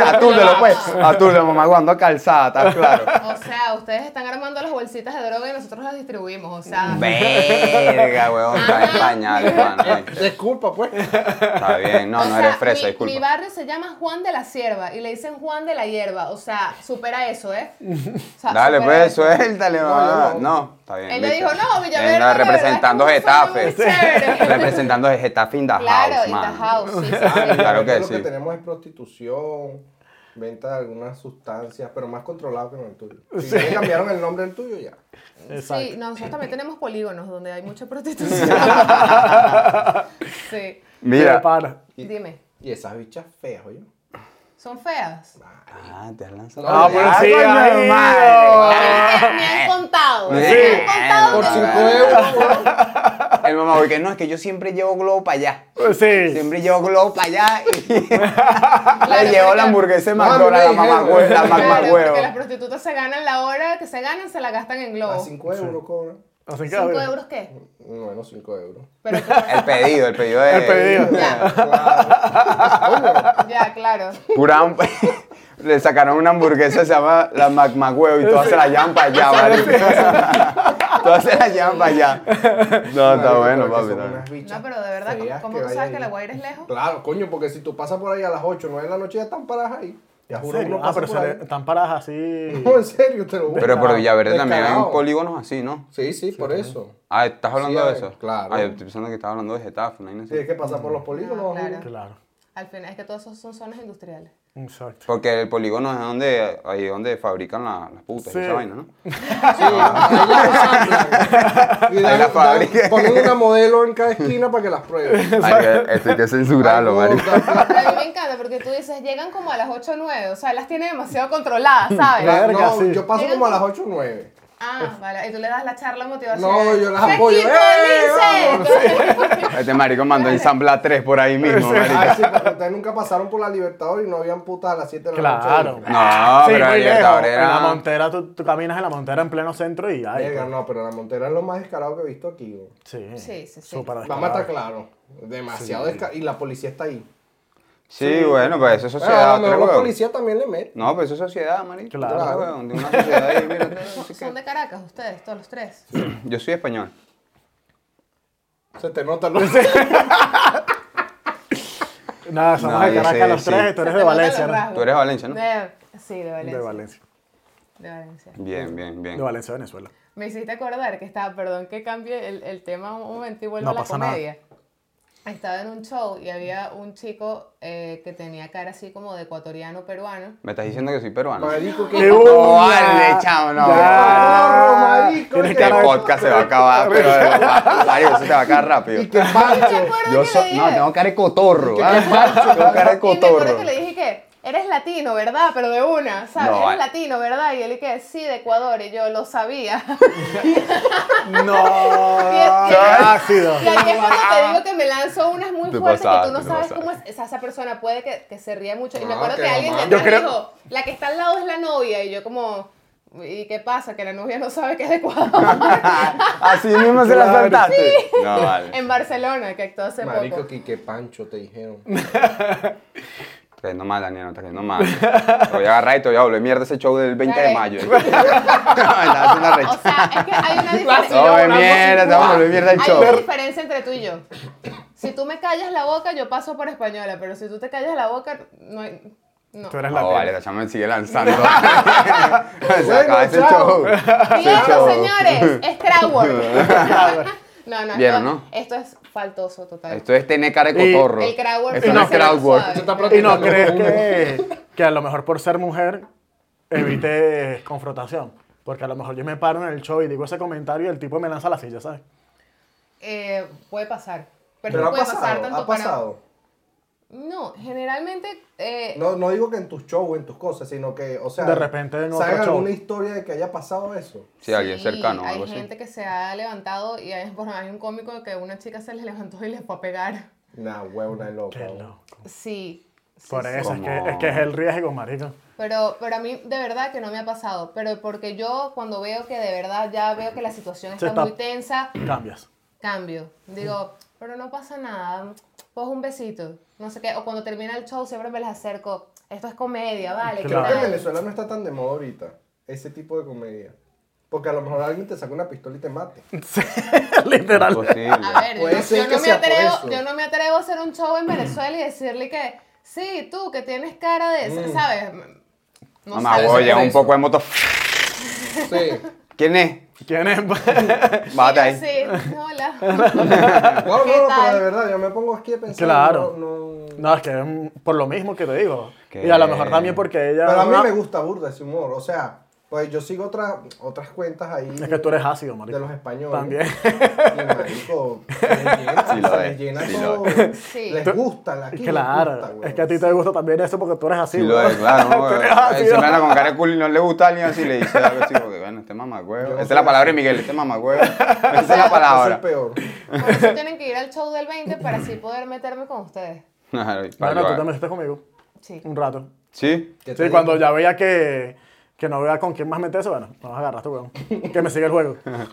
Speaker 1: atúrdelo, pues. Atúrdelo, mamá, cuando calzada, está claro.
Speaker 3: O sea, ustedes están armando las bolsitas de droga y nosotros las distribuimos, o sea.
Speaker 1: Verga, weón, está en pañal, hermano. eh.
Speaker 2: Disculpa, pues.
Speaker 1: Está bien, no,
Speaker 3: o
Speaker 1: no
Speaker 3: sea,
Speaker 1: eres fresa,
Speaker 3: mi, mi
Speaker 1: disculpa.
Speaker 3: barrio se llama Juan de la Sierva y la dicen Juan de la hierba. O sea, supera eso, ¿eh? O sea,
Speaker 1: Dale,
Speaker 3: supera
Speaker 1: pues,
Speaker 3: eso.
Speaker 1: suéltale,
Speaker 2: No,
Speaker 1: mamá.
Speaker 2: yo no.
Speaker 1: No, está bien.
Speaker 3: Él me
Speaker 1: listo.
Speaker 3: dijo, no, Villaverde.
Speaker 1: Venga,
Speaker 3: la verdad es que
Speaker 1: representando
Speaker 3: no fue
Speaker 1: Getafe.
Speaker 3: muy chévere.
Speaker 1: Representando a Getafe in the
Speaker 3: Claro,
Speaker 1: house,
Speaker 3: in the
Speaker 1: man.
Speaker 3: house, sí, sí,
Speaker 2: Ah,
Speaker 3: sí.
Speaker 1: Claro que
Speaker 2: lo
Speaker 1: sí.
Speaker 2: que tenemos es prostitución, venta de algunas sustancias, pero más controlado que en el tuyo. Si ya le cambiaron el nombre del tuyo, ya.
Speaker 4: Exacto.
Speaker 3: Sí, no, nosotros también tenemos polígonos donde hay mucha prostitución. sí.
Speaker 4: Qué
Speaker 1: Mira.
Speaker 4: pana.
Speaker 3: Dime,
Speaker 2: Y esas bichas feas, oye.
Speaker 3: ¿son feas?
Speaker 1: Ah, te has lanzado.
Speaker 4: Ah,
Speaker 2: Ay,
Speaker 4: pero
Speaker 1: ay,
Speaker 4: sí,
Speaker 1: coño,
Speaker 4: ay,
Speaker 1: madre.
Speaker 3: Es que me han contado.
Speaker 1: Sí. Eh,
Speaker 3: Me han contado
Speaker 2: Por
Speaker 3: que-
Speaker 1: Ah.
Speaker 2: cinco euros.
Speaker 1: El mamá, porque no, es que yo siempre llevo globo para allá.
Speaker 4: Pues Sí.
Speaker 1: Siempre llevo globo para allá y
Speaker 3: Claro,
Speaker 1: le llevo
Speaker 3: porque-
Speaker 1: la hamburguesa de
Speaker 2: No, a mí me
Speaker 1: McDonald's, la
Speaker 2: dijeron.
Speaker 1: mamá huevo, la
Speaker 3: Claro,
Speaker 1: mamá huevo.
Speaker 3: porque las prostitutas se ganan la hora que se ganan, se la gastan en
Speaker 2: A
Speaker 3: globo.
Speaker 2: 5 euros cobran.
Speaker 4: Así que, a
Speaker 3: ¿Cinco
Speaker 4: ver.
Speaker 3: euros qué?
Speaker 2: Bueno, 5 euros.
Speaker 3: Pero,
Speaker 1: El pedido, el pedido de...
Speaker 4: El pedido.
Speaker 3: Ya.
Speaker 2: Claro.
Speaker 3: ya, claro.
Speaker 1: Pura ham- Le sacaron una hamburguesa, se llama la McMagüeo y todas se la llevan para allá, marico. todas se la llevan para allá. No, está
Speaker 2: Marico,
Speaker 1: bueno,
Speaker 2: pero que
Speaker 1: papi.
Speaker 2: son
Speaker 1: está
Speaker 2: unas
Speaker 1: bien.
Speaker 2: bichas
Speaker 3: No, pero de verdad,
Speaker 2: feas
Speaker 3: ¿cómo
Speaker 2: que
Speaker 3: tú
Speaker 2: vaya
Speaker 3: sabes que
Speaker 2: ahí.
Speaker 3: La Guaira es lejos?
Speaker 2: Claro, coño, porque si tú pasas por ahí a las 8 o 9 de la noche ya están paradas ahí. Ya
Speaker 4: ¿En
Speaker 2: juro que
Speaker 4: serio?
Speaker 2: uno
Speaker 4: Ah,
Speaker 2: pasa
Speaker 4: pero
Speaker 2: por
Speaker 4: se le-
Speaker 2: ahí.
Speaker 4: están paradas así.
Speaker 2: No, en serio, te lo juro.
Speaker 1: Pero por Villaverde también hay
Speaker 2: Descarado.
Speaker 1: polígonos así, ¿no?
Speaker 2: Sí, sí, por eso.
Speaker 1: Ah, ¿estás hablando
Speaker 2: Sí,
Speaker 1: de
Speaker 2: hay,
Speaker 1: eso?
Speaker 2: claro.
Speaker 1: Ah, yo estoy pensando que estás hablando de Getafe, una vaina así.
Speaker 2: Tienes que pasar por los polígonos.
Speaker 3: Ah, claro.
Speaker 2: Julio.
Speaker 4: Claro.
Speaker 3: Al final, es que todas esos son zonas industriales.
Speaker 4: Exacto.
Speaker 1: Porque el polígono es donde, ahí es donde fabrican la- las putas y
Speaker 4: Sí.
Speaker 1: esa vaina, ¿no?
Speaker 2: Sí, ahí las ensamblan. Ah, Y
Speaker 1: Ahí
Speaker 2: dan-
Speaker 1: las fabrican.
Speaker 2: dan- Ponen una modelo en cada esquina para que las prueben.
Speaker 1: Ay, esto hay que censurarlo,
Speaker 2: Ay,
Speaker 1: marico.
Speaker 2: puta.
Speaker 3: Pero a mí me encanta porque tú dices, llegan como a las 8 o 9, o sea, las tiene demasiado controladas, ¿sabes?
Speaker 4: Claro. Verga,
Speaker 2: no,
Speaker 4: sí.
Speaker 2: yo paso
Speaker 3: Llegan
Speaker 2: como a las
Speaker 3: con-
Speaker 2: 8 o 9.
Speaker 3: Ah, vale, y tú le das la charla motivacional.
Speaker 2: No, yo las
Speaker 3: ¡Se
Speaker 2: apoyo.
Speaker 3: quitó
Speaker 2: ¡Eh,
Speaker 3: el
Speaker 2: vamos!
Speaker 3: insecto!
Speaker 1: Este marico mandó ensamblar tres por ahí mismo, marico.
Speaker 2: Ay, sí, porque ustedes nunca pasaron por la Libertador y no habían putas a las 7 de la
Speaker 4: Claro.
Speaker 2: noche.
Speaker 1: No,
Speaker 4: sí,
Speaker 1: pero
Speaker 4: muy
Speaker 1: el
Speaker 4: lejos.
Speaker 1: Libertador
Speaker 4: En la
Speaker 1: era-
Speaker 4: montera, tú, tú caminas en la montera en pleno centro y ay,
Speaker 2: Verga, no, pero la Montera es lo más descarado que he visto aquí. güey.
Speaker 4: Sí,
Speaker 3: Sí, sí, sí.
Speaker 4: Súper
Speaker 2: Vamos a
Speaker 4: descarado. Ah,
Speaker 2: estar claros. Demasiado descarado. Y la policía está ahí.
Speaker 1: Sí, bueno, pues eso es
Speaker 2: Bueno, a
Speaker 1: sociedad.
Speaker 2: lo mejor
Speaker 1: otro
Speaker 2: los
Speaker 1: huevo.
Speaker 2: policías también le meten.
Speaker 1: No, pero eso es sociedad, marico.
Speaker 4: Claro.
Speaker 1: Otro huevo, de una sociedad ahí, mira, no sé qué.
Speaker 3: Son de Caracas ustedes, todos los tres.
Speaker 1: Yo soy español.
Speaker 2: Se te nota, ¿no?
Speaker 4: Nada, somos
Speaker 1: No,
Speaker 4: de
Speaker 1: yo
Speaker 4: Caracas
Speaker 1: sí,
Speaker 4: los
Speaker 1: sí.
Speaker 4: tres, tú eres de Valencia, ¿no?
Speaker 1: Tú eres de Valencia, ¿no?
Speaker 3: De- Sí, de Valencia.
Speaker 4: De Valencia.
Speaker 3: De Valencia.
Speaker 1: Bien, bien, bien.
Speaker 4: De Valencia, Venezuela.
Speaker 3: Me hiciste acordar que estaba, perdón que cambie el, el tema un momento y vuelvo
Speaker 4: No
Speaker 3: a la
Speaker 4: pasa nada.
Speaker 3: comedia. Estaba en un show y había un chico eh, que tenía cara así como de ecuatoriano peruano.
Speaker 1: Me estás diciendo que soy peruano.
Speaker 2: Marico,
Speaker 4: ¡Qué
Speaker 2: que
Speaker 1: No
Speaker 4: burla!
Speaker 1: vale, chamo, no.
Speaker 4: Ya.
Speaker 2: Porro, marico,
Speaker 4: Tienes
Speaker 2: qué
Speaker 1: Este
Speaker 4: cara de-
Speaker 1: podcast se va a acabar, pero de verdad, marico, eso se va a acabar rápido.
Speaker 2: y que pancho.
Speaker 3: acuerdo
Speaker 1: Yo
Speaker 3: que le
Speaker 1: soy,
Speaker 3: dije.
Speaker 1: no, tengo cara de cotorro. ¿ah? Tengo cara de
Speaker 3: Y me acuerdo
Speaker 1: cotorro.
Speaker 3: que le dije que eres latino, ¿verdad? Pero de una, ¿sabes?
Speaker 1: No, eh.
Speaker 3: eres
Speaker 1: ay.
Speaker 3: latino, ¿verdad? Y él y que sí, de Ecuador. Y yo lo sabía.
Speaker 4: No,
Speaker 3: Bien,
Speaker 4: qué ácido.
Speaker 3: Y ahí es cuando te digo que me lanzó unas muy
Speaker 1: Te
Speaker 3: fuertes que
Speaker 1: pasaste,
Speaker 3: tú no
Speaker 1: te
Speaker 3: sabes
Speaker 1: pasaste.
Speaker 3: cómo es. esa- esa persona puede que, que se ría mucho. Y me
Speaker 2: Ah,
Speaker 3: acuerdo
Speaker 2: qué
Speaker 3: que alguien
Speaker 2: mamá.
Speaker 3: detrás
Speaker 4: Yo creo-
Speaker 3: dijo, la que está al lado es la novia. Y yo como, ¿y qué pasa? Que la novia no sabe que es de Ecuador.
Speaker 1: Así mismo se la
Speaker 4: Claro.
Speaker 1: saltaste. No, vale.
Speaker 3: en Barcelona, que actuó hace
Speaker 2: Marico,
Speaker 3: poco.
Speaker 2: que que pancho te dijeron.
Speaker 1: Está yendo mal, Daniel, Pues no está yendo mal. Te voy a agarrar y te voy a volver mierda ese show del 20 de
Speaker 3: Dale.
Speaker 1: mayo. Me estás haciendo arrecho.
Speaker 3: O sea, es que hay una
Speaker 1: No,
Speaker 3: diferencia.
Speaker 1: ve mierda, te vamos a volver mierda el
Speaker 3: Hay una
Speaker 1: show.
Speaker 3: diferencia entre tú y yo. Si tú me callas la boca, yo paso por española, pero si tú te callas la boca, no hay... No.
Speaker 4: Tú eres
Speaker 1: No, vale,
Speaker 4: latino.
Speaker 1: la chama me sigue lanzando. Se acaba ese
Speaker 2: chao.
Speaker 1: show.
Speaker 3: Y eso, señores, es crowdwork. no, no,
Speaker 1: ¿Vieron,
Speaker 3: esto,
Speaker 1: no?
Speaker 3: esto es faltoso total.
Speaker 1: Esto es tener cara de
Speaker 4: Y-
Speaker 1: cotorro.
Speaker 3: El crowdwork
Speaker 1: Esto
Speaker 3: tiene
Speaker 1: no
Speaker 3: que
Speaker 1: es
Speaker 3: ser
Speaker 1: crowdwork.
Speaker 3: suave.
Speaker 2: Esto está
Speaker 4: ¿Y no
Speaker 2: practicando
Speaker 4: crees
Speaker 2: con uno.
Speaker 4: que, que a lo mejor por ser mujer evites confrontación? Porque a lo mejor yo me paro en el show y digo ese comentario y el tipo me lanza a la silla, ¿sabes?
Speaker 3: Eh, puede pasar. Pero,
Speaker 2: Pero
Speaker 3: no
Speaker 2: ha
Speaker 3: puede pasar
Speaker 2: pasado,
Speaker 3: tanto
Speaker 2: ha pasado.
Speaker 3: para. No, generalmente. eh,
Speaker 2: No, no digo que en tus shows, en tus cosas, sino que, o sea,
Speaker 4: De repente en otro
Speaker 2: ¿saben
Speaker 4: show?
Speaker 2: alguna historia de que haya pasado eso?
Speaker 1: Sí, alguien cercano o
Speaker 3: Hay
Speaker 1: algo
Speaker 3: gente que se ha levantado y hay, bueno, hay un cómico que una chica se le levantó y le fue a pegar.
Speaker 2: Nah, huevona loca.
Speaker 4: Qué
Speaker 2: weón.
Speaker 4: loco.
Speaker 3: Sí. sí,
Speaker 4: Por
Speaker 3: sí.
Speaker 4: eso, es
Speaker 1: Como-
Speaker 4: que, es que es el riesgo, marico.
Speaker 3: Pero, pero a mí de verdad que no me ha pasado. Pero porque yo cuando veo que de verdad ya veo que la situación
Speaker 4: Se
Speaker 3: está muy
Speaker 4: está-
Speaker 3: tensa,
Speaker 4: Cambias.
Speaker 3: cambio. Digo, pero no pasa nada, pues un besito, no sé qué. O cuando termina el show siempre me les acerco, esto es comedia, ¿vale? ¿qué
Speaker 4: Claro.
Speaker 2: Creo que en
Speaker 3: tal?".
Speaker 2: Venezuela no está tan de moda ahorita ese tipo de comedia. Porque a lo mejor alguien te saca una pistola y te mate.
Speaker 1: así.
Speaker 4: Literal.
Speaker 1: Imposible.
Speaker 3: A ver,
Speaker 2: Puede
Speaker 3: yo,
Speaker 2: ser
Speaker 3: yo
Speaker 2: que
Speaker 3: no me
Speaker 2: sea por
Speaker 3: atrevo,
Speaker 2: eso.
Speaker 3: yo no me atrevo a hacer un show en Venezuela y decirle que, sí, tú que tienes cara de,
Speaker 2: Mm.
Speaker 3: ¿sabes? No
Speaker 1: Mamá,
Speaker 3: sabes.
Speaker 1: voy a
Speaker 2: por
Speaker 1: un
Speaker 2: eso.
Speaker 1: poco de moto.
Speaker 2: Sí.
Speaker 1: ¿Quién es?
Speaker 4: ¿Quién es?
Speaker 1: Bájate ahí.
Speaker 3: Sí, hola.
Speaker 2: Bueno,
Speaker 3: ¿Qué
Speaker 2: no, no, pero
Speaker 3: tal?
Speaker 2: de verdad, yo me pongo aquí a pensar.
Speaker 4: Claro.
Speaker 2: no- no-
Speaker 4: No, es que es un- por lo mismo que te digo.
Speaker 1: Que-
Speaker 4: Y a lo mejor también porque ella.
Speaker 2: Pero a mí
Speaker 4: no-
Speaker 2: me gusta burda ese humor. O sea, pues yo sigo otras otras cuentas ahí.
Speaker 4: Es que tú eres ácido, marico.
Speaker 2: de los españoles.
Speaker 4: También.
Speaker 2: Y, marico, se les llena,
Speaker 1: Sí lo
Speaker 2: se
Speaker 1: es,
Speaker 2: les llena
Speaker 1: sí lo
Speaker 2: todo.
Speaker 3: Sí.
Speaker 2: Les gusta la aquí les gusta,
Speaker 4: Claro.
Speaker 2: güey.
Speaker 4: es que a ti te gusta también eso porque tú eres
Speaker 1: Sí,
Speaker 4: así.
Speaker 1: lo
Speaker 4: weón.
Speaker 1: es, claro. ¿no?
Speaker 4: Tú eres
Speaker 1: Ay,
Speaker 4: ácido.
Speaker 1: si me anda con cara de culo y no le gusta a alguien así, le dice algo así, porque bueno, este mamagüeo. Esa es la palabra de Miguel, este mamagüeo. Esa es la
Speaker 2: Es
Speaker 1: palabra.
Speaker 2: el peor.
Speaker 3: Por eso tienen que ir al show del 20 para así poder meterme con ustedes.
Speaker 1: Claro, y para
Speaker 4: Bueno, tú
Speaker 1: ayudar.
Speaker 4: también estás conmigo.
Speaker 3: Sí.
Speaker 4: Un rato.
Speaker 1: ¿Sí?
Speaker 2: Que te
Speaker 4: Sí, cuando ya veía que, que no veía con quién más meterse, bueno, no agarraste, weón. Que me sigue el juego.
Speaker 3: Claro,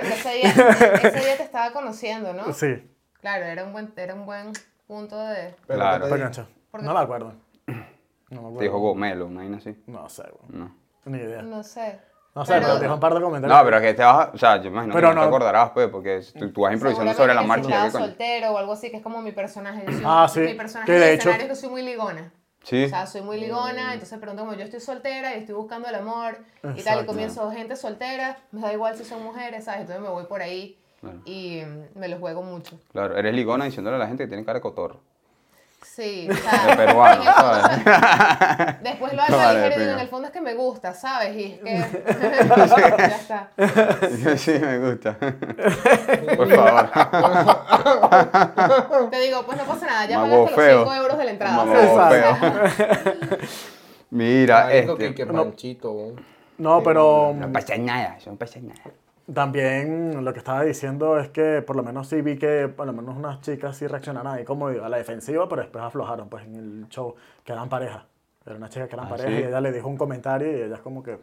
Speaker 3: que ese día, ese día te estaba conociendo, ¿no?
Speaker 4: Sí,
Speaker 3: Claro, era un buen, era un buen punto de...
Speaker 2: Pero
Speaker 1: Claro.
Speaker 2: que
Speaker 4: fue
Speaker 2: te-
Speaker 4: cancha. pues, No me acuerdo. No me acuerdo.
Speaker 1: Te dijo gomelo, una vaina así.
Speaker 4: No sé, weón.
Speaker 1: No.
Speaker 4: Ni idea.
Speaker 3: No sé.
Speaker 4: No sé, pero
Speaker 3: Pero-
Speaker 4: te dijo un par de comentarios.
Speaker 1: No, pero es que te vas, o sea, yo imagino
Speaker 4: Pero
Speaker 1: que no, te
Speaker 4: no.
Speaker 1: acordarás, pues, porque tú, tú vas improvisando
Speaker 3: Seguramente
Speaker 1: sobre la
Speaker 3: que
Speaker 1: marcha.
Speaker 3: si
Speaker 1: ya
Speaker 3: estaba
Speaker 1: que coño.
Speaker 3: soltero o algo así, que es como mi personaje. Yo soy-
Speaker 4: Ah, sí,
Speaker 3: Mi personaje
Speaker 4: que de
Speaker 3: de
Speaker 4: hecho-
Speaker 3: escenario es que soy muy ligona.
Speaker 1: Sí.
Speaker 3: O sea, soy muy ligona, entonces pregunto como yo estoy soltera y estoy buscando el amor y tal, y
Speaker 4: Exacto.
Speaker 3: comienzo gente soltera, me da igual si son mujeres, ¿sabes? Entonces me voy por ahí y mm, me lo juego mucho.
Speaker 1: Claro, eres ligona diciéndole a la gente que tiene cara de cotorro.
Speaker 3: Sí, o
Speaker 1: De
Speaker 3: sea,
Speaker 1: peruano,
Speaker 3: en el fondo,
Speaker 1: ¿sabes?
Speaker 3: después lo hago
Speaker 1: Vale,
Speaker 3: ligero y digo,
Speaker 1: venga.
Speaker 3: en el fondo es que me gusta, ¿sabes? Y es que ya está.
Speaker 1: Sí, me gusta. Por favor.
Speaker 3: Te digo, pues no pasa nada, ya
Speaker 1: Mago
Speaker 3: pagaste
Speaker 1: feo.
Speaker 3: los 5 euros de la entrada.
Speaker 1: Mago
Speaker 3: ¿sabes?
Speaker 1: Mira,
Speaker 2: Marico,
Speaker 1: este.
Speaker 2: que- que panchito, güey.
Speaker 4: No, pero
Speaker 1: No
Speaker 4: mm,
Speaker 1: pasa nada, yo no pasa nada.
Speaker 4: también lo que estaba diciendo es que por lo menos sí vi que por lo menos unas chicas sí reaccionaron ahí como a la defensiva, pero después aflojaron pues en el show, que eran pareja. Era una chica que eran
Speaker 1: Ah,
Speaker 4: pareja
Speaker 1: ¿sí?
Speaker 4: y ella le dijo un comentario y ella es como que...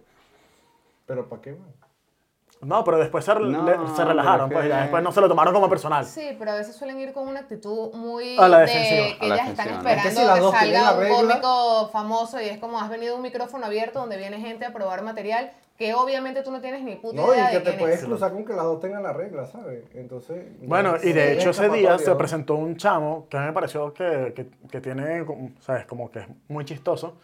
Speaker 2: Pero ¿para qué, güey?
Speaker 4: No, pero después se,
Speaker 1: No,
Speaker 4: le- se relajaron,
Speaker 1: pero es
Speaker 4: pues
Speaker 1: que-
Speaker 4: ya después no se lo tomaron como personal.
Speaker 3: Sí, pero a veces suelen ir con una actitud muy
Speaker 4: A la
Speaker 3: de
Speaker 4: defensiva.
Speaker 1: A
Speaker 3: que
Speaker 1: la
Speaker 3: ellas están
Speaker 1: defensiva, ¿no?
Speaker 3: esperando
Speaker 2: Es que
Speaker 3: que,
Speaker 2: si las dos tienen
Speaker 3: salga
Speaker 2: la
Speaker 3: un
Speaker 2: regla-
Speaker 3: cómico famoso y es como has venido a un micrófono abierto donde viene gente a probar material que obviamente tú no tienes ni puta
Speaker 2: No,
Speaker 3: idea
Speaker 2: y
Speaker 3: de
Speaker 2: que te
Speaker 3: quién
Speaker 2: puedes
Speaker 3: es.
Speaker 2: cruzar con que las dos tengan la regla, ¿sabes? Entonces. ya
Speaker 4: Bueno, y
Speaker 2: se
Speaker 4: de
Speaker 2: ve
Speaker 4: hecho ese día se
Speaker 2: escapatoria, ¿no?
Speaker 4: presentó un chamo que a mí me pareció que, que, que tiene, como- ¿sabes? Como que es muy chistoso,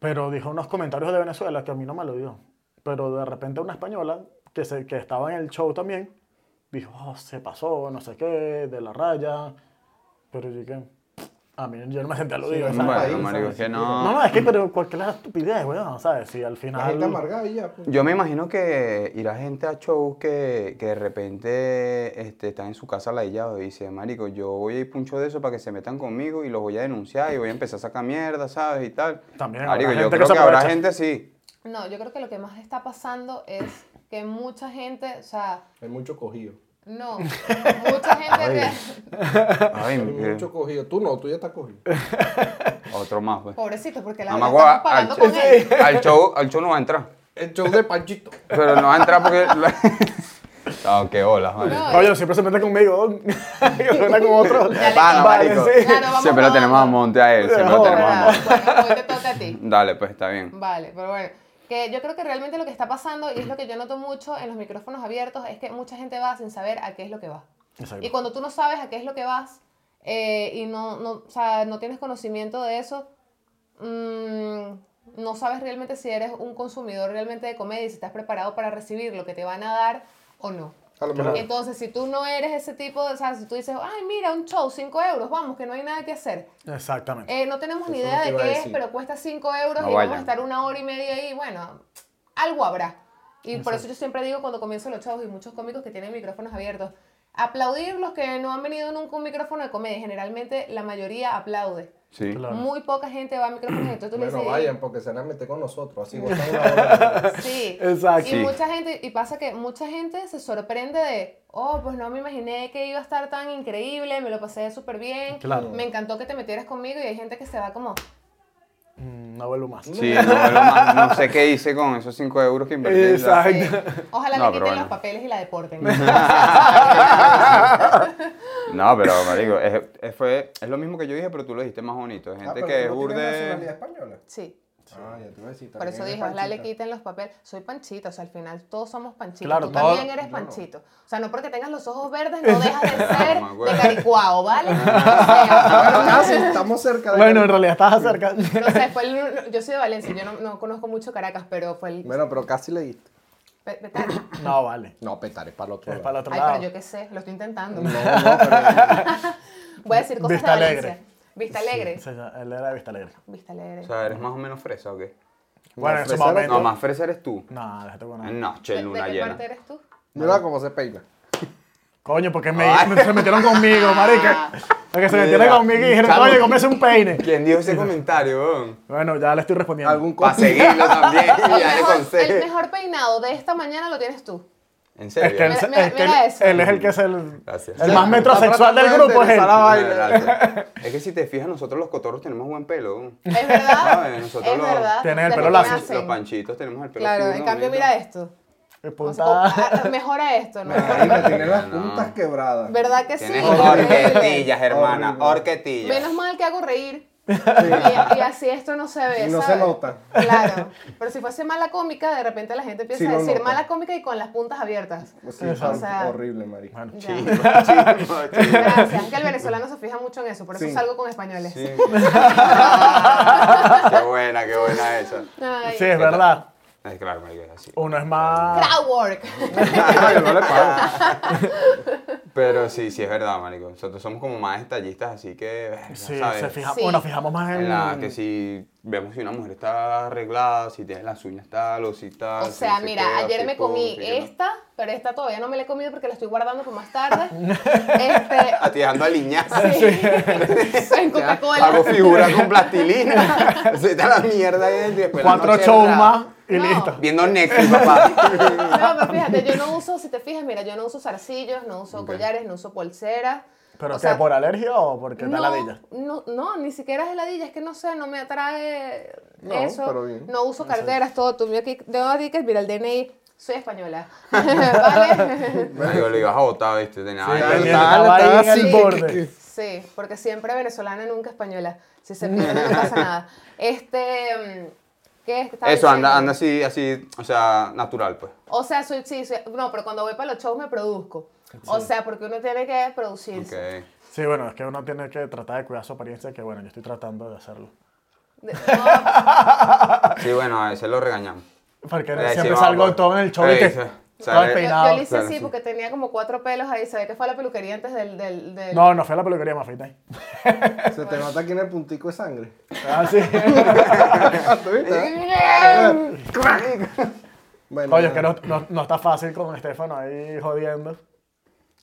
Speaker 4: pero dijo unos comentarios de Venezuela que a mí no me lo dio. Pero de repente una española que, se, que estaba en el show también dijo, "Oh, se pasó, no sé qué, de la raya. Pero yo que, a mí yo no me sentí aludido.
Speaker 2: Sí,
Speaker 4: ¿sabes?
Speaker 1: Bueno,
Speaker 2: país,
Speaker 1: marico,
Speaker 2: ¿sabes?
Speaker 1: que
Speaker 4: no, no, es que pero cualquier estupidez, weón, ¿sabes? Si al
Speaker 2: La gente
Speaker 4: final...
Speaker 2: amargada y ya. pues.
Speaker 1: Yo me imagino que irá gente a shows que, que de repente este, están en su casa ladillado y dice, marico, yo voy a ir puncho de eso para que se metan conmigo y los voy a denunciar y voy a empezar a sacar mierda, ¿sabes? Y tal.
Speaker 4: También habrá
Speaker 1: Marico, yo
Speaker 4: gente que
Speaker 1: creo
Speaker 4: se
Speaker 1: que habrá
Speaker 4: aprovecha.
Speaker 1: gente sí.
Speaker 3: No, yo creo que lo que más está pasando es que mucha gente, o sea,
Speaker 2: Hay mucho cogido.
Speaker 3: no, mucha gente que...
Speaker 1: Ay,
Speaker 2: Hay
Speaker 1: que-
Speaker 2: mucho cogido. Tú no, tú ya estás cogido.
Speaker 1: otro más, pues.
Speaker 3: Pobrecito, porque la verdad
Speaker 1: Mamá, guau,
Speaker 3: estamos
Speaker 1: al,
Speaker 3: pagando con él.
Speaker 1: al show, al show no va a entrar.
Speaker 2: El show de Panchito.
Speaker 1: Pero no va a entrar porque... no, qué olas, marico.
Speaker 3: No, eh.
Speaker 4: Oye, siempre se mete conmigo, y suena con otro.
Speaker 1: De pana,
Speaker 4: Vale,
Speaker 1: marico.
Speaker 4: sí.
Speaker 3: Claro, vamos
Speaker 1: siempre lo
Speaker 3: grabando.
Speaker 1: tenemos a monte a él, siempre lo
Speaker 4: Joder.
Speaker 1: tenemos a monte.
Speaker 3: Bueno, pues, hoy te toca a ti.
Speaker 1: Dale, pues, está bien.
Speaker 3: Vale, pero bueno. Que yo creo que realmente lo que está pasando, y es lo que yo noto mucho en los micrófonos abiertos, es que mucha gente va sin saber a qué es lo que va.
Speaker 4: Exacto.
Speaker 3: Y cuando tú no sabes a qué es lo que vas eh, y no, no, o sea, no tienes conocimiento de eso, mm, no sabes realmente si eres un consumidor realmente de comedia y si estás preparado para recibir lo que te van a dar o no.
Speaker 2: A lo mejor.
Speaker 3: Entonces, si tú no eres ese tipo, de- o sea, si tú dices, ay, mira, un show, 5 euros, vamos, que no hay nada que hacer.
Speaker 4: Exactamente.
Speaker 3: Eh, no tenemos ni
Speaker 2: Eso es
Speaker 3: idea
Speaker 2: lo que
Speaker 3: de
Speaker 2: iba a
Speaker 3: qué es,
Speaker 2: decir.
Speaker 3: pero cuesta 5 euros
Speaker 1: No
Speaker 3: y vamos
Speaker 1: vayan.
Speaker 3: a estar una hora y media ahí. Bueno, algo habrá. Y por eso yo siempre digo cuando comienzo los shows y muchos cómicos que tienen micrófonos abiertos, aplaudir los que no han venido nunca a un micrófono de comedia. Generalmente la mayoría aplaude.
Speaker 1: Sí.
Speaker 4: Claro.
Speaker 3: Muy poca gente va a micrófonos abiertos. Tú le
Speaker 2: Bueno,
Speaker 3: dices,
Speaker 2: vayan, porque se van a meter con nosotros. Así botan una hora.
Speaker 3: Sí.
Speaker 4: Exacto.
Speaker 3: Y mucha gente, y pasa que mucha gente se sorprende de, oh, pues no me imaginé que iba a estar tan increíble, me lo pasé súper bien,
Speaker 4: Claro.
Speaker 3: me encantó que te metieras conmigo y hay gente que se va como,
Speaker 4: Mm, No vuelvo más.
Speaker 1: Sí, no, lo más- no sé qué hice con esos 5 euros que invertí. en la-
Speaker 4: Exacto.
Speaker 3: Eh, Ojalá
Speaker 1: No,
Speaker 3: le
Speaker 1: pero
Speaker 3: quiten
Speaker 1: bueno.
Speaker 3: los papeles y la deporten.
Speaker 1: No, pero marico, es, es fue, es lo mismo que yo dije, pero tú lo dijiste más bonito. Es
Speaker 2: Ah,
Speaker 1: gente
Speaker 2: pero
Speaker 1: que es
Speaker 2: tú no tienes
Speaker 1: burde.
Speaker 2: nacionalidad española.
Speaker 3: sí.
Speaker 2: Ah, ya te iba a decir.
Speaker 3: Por eso
Speaker 2: también
Speaker 3: dije,
Speaker 2: eres
Speaker 3: ojalá le
Speaker 2: panchita.
Speaker 3: quiten los papeles. Soy panchito, o sea, al final todos somos panchitos.
Speaker 4: Claro,
Speaker 3: Tú
Speaker 4: todo-
Speaker 3: también eres
Speaker 2: no, no.
Speaker 3: panchito. O sea, no porque tengas los ojos verdes no dejas de ser
Speaker 1: Mamá, güey.
Speaker 3: de caricuao, ¿vale?
Speaker 2: Bueno,
Speaker 3: O sea,
Speaker 2: Ah, casi, estamos cerca de.
Speaker 4: Bueno, en realidad estás cerca.
Speaker 3: No sé, fue el- yo soy de Valencia, yo no, no conozco mucho Caracas, pero fue el...
Speaker 2: Bueno, pero casi le diste.
Speaker 3: Pe- Petare.
Speaker 4: No, vale.
Speaker 2: No, petar es para el otro.
Speaker 4: Es para el otro
Speaker 3: Ay,
Speaker 4: lado.
Speaker 3: pero yo qué sé, lo estoy intentando.
Speaker 2: No, no, pero.
Speaker 3: Voy a decir cosas
Speaker 4: Vista
Speaker 3: de
Speaker 4: Alegre.
Speaker 3: Valencia. Vista Alegre.
Speaker 4: O sea, él era de Vista Alegre.
Speaker 3: Vista Alegre.
Speaker 1: O sea, ¿eres más o menos fresa o qué?
Speaker 4: Bueno, en su
Speaker 2: fresa era
Speaker 4: momento.
Speaker 1: No, más fresa eres tú.
Speaker 4: No, déjate con nada.
Speaker 1: No,
Speaker 3: ¿De,
Speaker 1: che,
Speaker 3: de
Speaker 1: luna
Speaker 3: qué
Speaker 1: llena.
Speaker 3: parte eres tú?
Speaker 2: Mira cómo se peina.
Speaker 4: Coño, porque me, se metieron conmigo, marica. Porque se metieron
Speaker 1: Mira,
Speaker 4: conmigo y dijeron,
Speaker 1: chamo.
Speaker 4: coño, cómprese un peine.
Speaker 1: ¿Quién dijo ese comentario, weón?
Speaker 4: Bueno, ya le estoy respondiendo.
Speaker 2: Algún
Speaker 1: Para
Speaker 2: consejo.
Speaker 1: seguirlo también y
Speaker 3: El
Speaker 1: darle
Speaker 3: mejor- el
Speaker 1: consejos.
Speaker 3: mejor peinado de esta mañana lo tienes tú.
Speaker 1: En
Speaker 4: Es que,
Speaker 1: serio.
Speaker 4: él, es
Speaker 3: Mira-
Speaker 4: que
Speaker 3: mira
Speaker 4: él-
Speaker 3: eso.
Speaker 4: él es el que es el,
Speaker 1: Gracias.
Speaker 4: el más metrosexual del
Speaker 2: Está tratando de
Speaker 4: grupo. Es él.
Speaker 2: enderezar la vaina.
Speaker 1: Gracias. Es que si te fijas, nosotros los cotorros tenemos buen pelo. weón.
Speaker 3: Es verdad.
Speaker 1: ¿Sabes? Nosotros
Speaker 3: es
Speaker 1: lo-
Speaker 3: verdad.
Speaker 4: Tienes el
Speaker 3: Desde
Speaker 4: pelo
Speaker 3: que
Speaker 4: lacio.
Speaker 3: nacen.
Speaker 1: Los panchitos tenemos el pelo
Speaker 3: Claro,
Speaker 1: fino,
Speaker 3: en cambio,
Speaker 1: bonito.
Speaker 3: mira esto.
Speaker 4: El
Speaker 3: O
Speaker 4: punta-
Speaker 3: sea, como- ah, mejora esto, ¿no?
Speaker 2: Marica, tiene las
Speaker 1: No.
Speaker 2: puntas quebradas.
Speaker 3: ¿Verdad que sí?
Speaker 1: Tienes
Speaker 3: Horrible.
Speaker 1: orquetillas, hermana.
Speaker 2: Horrible.
Speaker 1: Orquetillas.
Speaker 3: Menos mal que hago reír. Y, y así esto no se ve.
Speaker 2: Y no se
Speaker 3: ¿sabes?
Speaker 2: nota.
Speaker 3: Claro. Pero si fuese mala cómica, de repente la gente empieza
Speaker 2: Sí,
Speaker 3: a
Speaker 2: lo
Speaker 3: decir
Speaker 2: nota.
Speaker 3: mala cómica y con las puntas abiertas.
Speaker 2: Sí,
Speaker 4: Exacto.
Speaker 2: son
Speaker 3: O sea,
Speaker 2: horrible, marica.
Speaker 4: Bueno,
Speaker 3: Ya.
Speaker 1: Chimbo, chimbo, chimbo.
Speaker 3: Gracias. Es que el venezolano se fija mucho en eso, por eso
Speaker 2: Sí.
Speaker 3: salgo con españoles.
Speaker 1: Sí. qué buena, qué buena esa.
Speaker 3: Ay.
Speaker 4: sí, es verdad.
Speaker 1: Es claro, marico, es así.
Speaker 4: Uno es más.
Speaker 3: Crowdwork.
Speaker 2: Ay, no le pago.
Speaker 1: Pero sí, sí es verdad, marico. Nosotros somos como más detallistas, así que, verga,
Speaker 4: Sí,
Speaker 1: ¿sabes?
Speaker 4: se fija,
Speaker 3: Sí.
Speaker 4: Bueno, fijamos más en.
Speaker 1: En la que si vemos si una mujer está arreglada, si tiene las uñas tal o si tal.
Speaker 3: O
Speaker 1: si
Speaker 3: sea,
Speaker 1: Ah, se
Speaker 3: mira,
Speaker 1: queda,
Speaker 3: ayer
Speaker 1: si
Speaker 3: me
Speaker 1: pum,
Speaker 3: comí
Speaker 1: si que no.
Speaker 3: esta, pero esta todavía no me la he comido porque la estoy guardando para más tarde. este,
Speaker 1: A ti dejando aliñazo.
Speaker 3: sí. en Coca-Cola.
Speaker 1: Hago figura con plastilina. Se da la mierda ahí y después la
Speaker 4: Cuatro
Speaker 1: noche
Speaker 4: shows
Speaker 1: rara.
Speaker 4: más y
Speaker 3: No.
Speaker 4: listo.
Speaker 1: Viendo Netflix, papá.
Speaker 3: No, pero fíjate, yo no uso, si te fijas, mira, yo no uso zarcillos, no uso collares, no uso pulseras.
Speaker 4: ¿Pero
Speaker 3: O
Speaker 4: qué?
Speaker 3: sea,
Speaker 4: ¿Por alergia o porque te da
Speaker 3: no,
Speaker 4: ladilla?
Speaker 3: no, no, ni siquiera es heladilla, es que no sé, no me atrae
Speaker 2: No,
Speaker 3: eso.
Speaker 2: pero bien.
Speaker 3: No uso carteras, todo. Tú mío aquí, tengo aquí que mira el DNI. Soy española. ¿Vale?
Speaker 1: Marico, lo ibas a votar, ¿viste? Tenía
Speaker 4: Sí,
Speaker 1: vaina.
Speaker 4: el
Speaker 2: Estaba-
Speaker 4: estaba ahí
Speaker 2: estaba
Speaker 4: en el
Speaker 2: así,
Speaker 4: borde.
Speaker 2: que- que-
Speaker 3: Sí, porque siempre venezolana, nunca española. Si se pierde, no pasa nada. Este. mm, ¿Qué es? Estaba
Speaker 1: Eso, anda,
Speaker 3: diciendo.
Speaker 1: anda así, así, o sea, natural, pues.
Speaker 3: O sea, soy, sí, soy- no, pero cuando voy para los shows me produzco. O sea, porque uno tiene que producirse.
Speaker 1: Ok.
Speaker 4: Sí, bueno, es que uno tiene que tratar de cuidar su apariencia, que bueno, yo estoy tratando de hacerlo.
Speaker 3: De- no,
Speaker 1: Sí, bueno, a veces lo regañamos.
Speaker 4: Porque
Speaker 1: Eh, sí,
Speaker 4: siempre
Speaker 1: va,
Speaker 4: salgo
Speaker 1: va.
Speaker 4: todo en el show
Speaker 1: Eh,
Speaker 4: y que.
Speaker 1: sí,
Speaker 4: todo
Speaker 1: sale-
Speaker 3: yo,
Speaker 4: despeinado.
Speaker 3: yo le hice
Speaker 1: Claro,
Speaker 3: así
Speaker 1: sí.
Speaker 3: porque tenía como cuatro pelos ahí. Se ve que fue a la peluquería antes del. del, del-
Speaker 4: No, no fue a la peluquería, me afeité.
Speaker 2: Se te nota aquí en el puntico de sangre.
Speaker 4: Ah, sí.
Speaker 2: ¿Tú viste? Bueno,
Speaker 4: Coño, es que no, no- no está fácil con Estefano ahí jodiendo.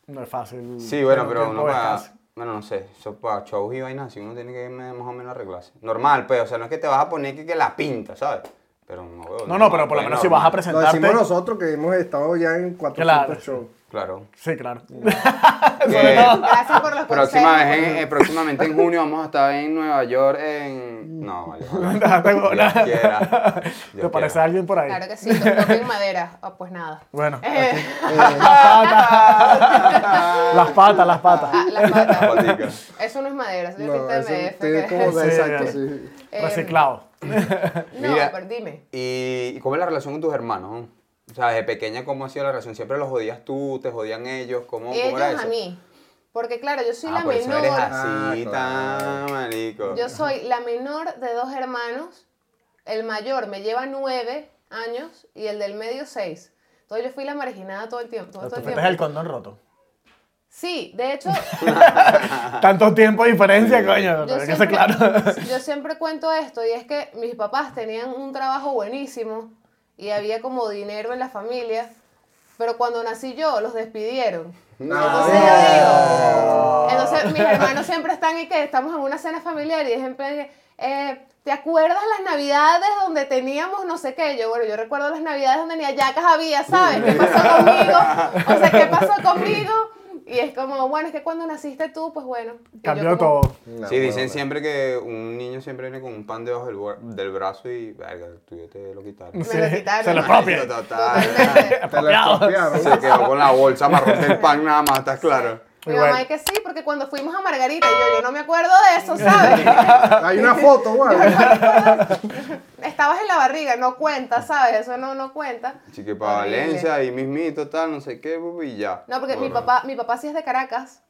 Speaker 4: No es fácil.
Speaker 1: Sí, bueno,
Speaker 4: Tiene
Speaker 1: pero
Speaker 4: tiempo
Speaker 1: uno
Speaker 4: de
Speaker 1: para.
Speaker 4: descanso.
Speaker 1: Bueno, no sé, eso para shows y vainas, así uno tiene que irme más o menos arreglarse. Normal, pues, o sea, no es que te vas a poner que, que la pinta, ¿sabes? Pero no, huevón,
Speaker 4: No, no,
Speaker 1: normal,
Speaker 4: pero por lo
Speaker 1: pues,
Speaker 4: menos si vas a
Speaker 1: normal.
Speaker 2: lo
Speaker 4: presentarte.
Speaker 2: decimos nosotros que hemos estado ya en 400
Speaker 4: Claro.
Speaker 2: shows.
Speaker 1: Claro.
Speaker 4: Sí, claro.
Speaker 1: Que-
Speaker 3: Gracias por los
Speaker 1: próxima
Speaker 3: consejos.
Speaker 1: vez en- eh, próximamente en junio vamos a estar en Nueva York en. No, vale. ojalá.
Speaker 4: Déjate,
Speaker 1: Dios
Speaker 4: huevona.
Speaker 1: quiera. Dios
Speaker 4: ¿Te parece
Speaker 1: quiera.
Speaker 4: alguien por ahí?
Speaker 3: Claro que sí, toquen madera. Ah, pues nada.
Speaker 4: Bueno,
Speaker 3: Eh,
Speaker 2: Ah,
Speaker 4: las patas, las patas.
Speaker 3: ah, las patas.
Speaker 1: Patica.
Speaker 3: Eso no es madera, eso es
Speaker 2: No,
Speaker 3: tinta
Speaker 2: eso
Speaker 3: MDF.
Speaker 2: tiene como
Speaker 4: Sí,
Speaker 2: de exacto,
Speaker 4: ya.
Speaker 2: sí.
Speaker 3: Eh,
Speaker 4: Reciclado.
Speaker 3: No,
Speaker 1: Mira.
Speaker 3: pero dime.
Speaker 1: ¿Y y cómo es la relación con tus hermanos? O sea, desde pequeña, ¿cómo ha sido la relación? ¿Siempre los jodías tú? ¿Te jodían ellos? ¿Cómo, cómo
Speaker 3: Ellos
Speaker 1: era eso?
Speaker 3: a mí. Porque claro, yo soy
Speaker 1: Ah,
Speaker 3: la
Speaker 1: por eso eres
Speaker 3: menor.
Speaker 1: así,
Speaker 2: Ah,
Speaker 1: tan marico.
Speaker 3: Yo soy la menor de dos hermanos. El mayor me lleva nueve años y el del medio seis. Entonces yo fui la marginada todo el tiempo. Todo, todo
Speaker 4: Tú
Speaker 3: el
Speaker 4: fuiste
Speaker 3: tiempo.
Speaker 4: el condón roto.
Speaker 3: Sí, de hecho,
Speaker 4: Tanto tiempo de diferencia, coño.
Speaker 3: yo
Speaker 4: Hay que ser
Speaker 3: siempre,
Speaker 4: claro.
Speaker 3: yo siempre cuento esto y es que mis papás tenían un trabajo buenísimo y había como dinero en la familia, pero cuando nací yo los despidieron. Entonces pues yo digo, entonces mis hermanos siempre están y que estamos en una cena familiar y es en plan, eh, ¿te acuerdas las navidades donde teníamos no sé qué? Yo, bueno, yo recuerdo las navidades donde ni ayacas había, ¿sabes? ¿Qué pasó conmigo? O sea, ¿qué pasó conmigo? Y es como, bueno, es que cuando naciste tú, pues bueno. Y yo
Speaker 4: Cambió
Speaker 3: como-
Speaker 4: todo.
Speaker 2: No,
Speaker 1: sí, dicen
Speaker 2: bueno.
Speaker 1: siempre que un niño siempre viene con un pan debajo del, bra- del brazo y, verga, el tuyo te lo quitaron.
Speaker 3: Me lo
Speaker 4: Sí,
Speaker 3: quitaron.
Speaker 4: se lo
Speaker 1: Marico,
Speaker 4: propia.
Speaker 1: Total.
Speaker 3: Totalmente.
Speaker 2: Te lo expropiaron.
Speaker 1: Se quedó con la bolsa marrón del pan nada más, ¿estás claro?
Speaker 3: Mi
Speaker 4: Igual.
Speaker 3: mamá es que sí, porque cuando fuimos a Margarita, yo, yo no me acuerdo de eso, ¿sabes?
Speaker 2: Hay una foto, güey.
Speaker 3: Yo no me acuerdo. estabas en la barriga, no cuenta, ¿sabes? Eso no, no cuenta.
Speaker 1: Así que para
Speaker 3: Horrible.
Speaker 1: Valencia, ahí mismito, tal, no sé qué, bu- y ya.
Speaker 3: No, porque mi
Speaker 1: Bueno.
Speaker 3: papá, mi papá sí es de Caracas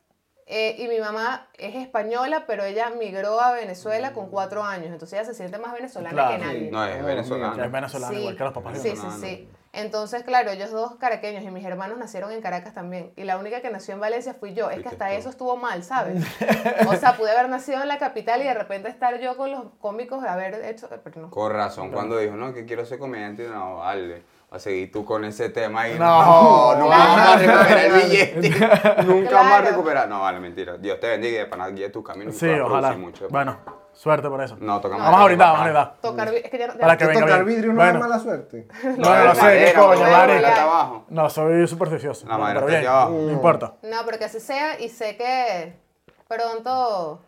Speaker 3: eh, y mi mamá es española, pero ella migró a Venezuela con cuatro años, entonces ella se siente más venezolana
Speaker 4: Claro,
Speaker 3: que
Speaker 4: sí.
Speaker 3: nadie.
Speaker 1: No, es
Speaker 2: Oh,
Speaker 1: venezolano.
Speaker 4: Es venezolano,
Speaker 3: Sí.
Speaker 4: igual que los papás de
Speaker 3: Sí, sí,
Speaker 1: venezolano.
Speaker 3: sí. Entonces, claro, ellos dos caraqueños y mis hermanos nacieron en Caracas también. Y la única que nació en Valencia fui yo. Es que
Speaker 1: Fuiste
Speaker 3: hasta
Speaker 1: tú.
Speaker 3: eso estuvo mal, ¿sabes? O sea, pude haber nacido en la capital y de repente estar yo con los cómicos de haber hecho... Pero no.
Speaker 1: Con razón, cuando dijo, no, que quiero ser comediante, no, vale. Va a seguir tú con ese tema ahí.
Speaker 4: No,
Speaker 1: no,
Speaker 3: claro.
Speaker 1: vamos a recuperar el billete. Nunca más
Speaker 3: Claro.
Speaker 1: recuperar. No, vale, mentira. Dios te bendiga y de pana guía tus caminos. y
Speaker 4: Sí,
Speaker 1: pueda
Speaker 4: ojalá.
Speaker 1: producir mucho.
Speaker 4: Bueno, suerte por eso.
Speaker 1: No, tocamos.
Speaker 4: Vamos a brindar, vamos a brindar.
Speaker 3: Tocar... vi- Es que ya no...
Speaker 4: Para que
Speaker 2: Que
Speaker 4: venga
Speaker 2: tocar
Speaker 4: bien.
Speaker 2: vidrio no
Speaker 4: Bueno.
Speaker 2: es mala suerte.
Speaker 4: No, no, no sé, qué
Speaker 1: madera,
Speaker 4: coño,
Speaker 1: madera,
Speaker 4: Mari.
Speaker 1: madera está abajo.
Speaker 4: No, soy supersticioso.
Speaker 1: La
Speaker 4: No,
Speaker 1: madera
Speaker 4: pero
Speaker 1: está
Speaker 4: bien,
Speaker 1: aquí abajo.
Speaker 4: No importa.
Speaker 3: No, pero que así sea y sé que pronto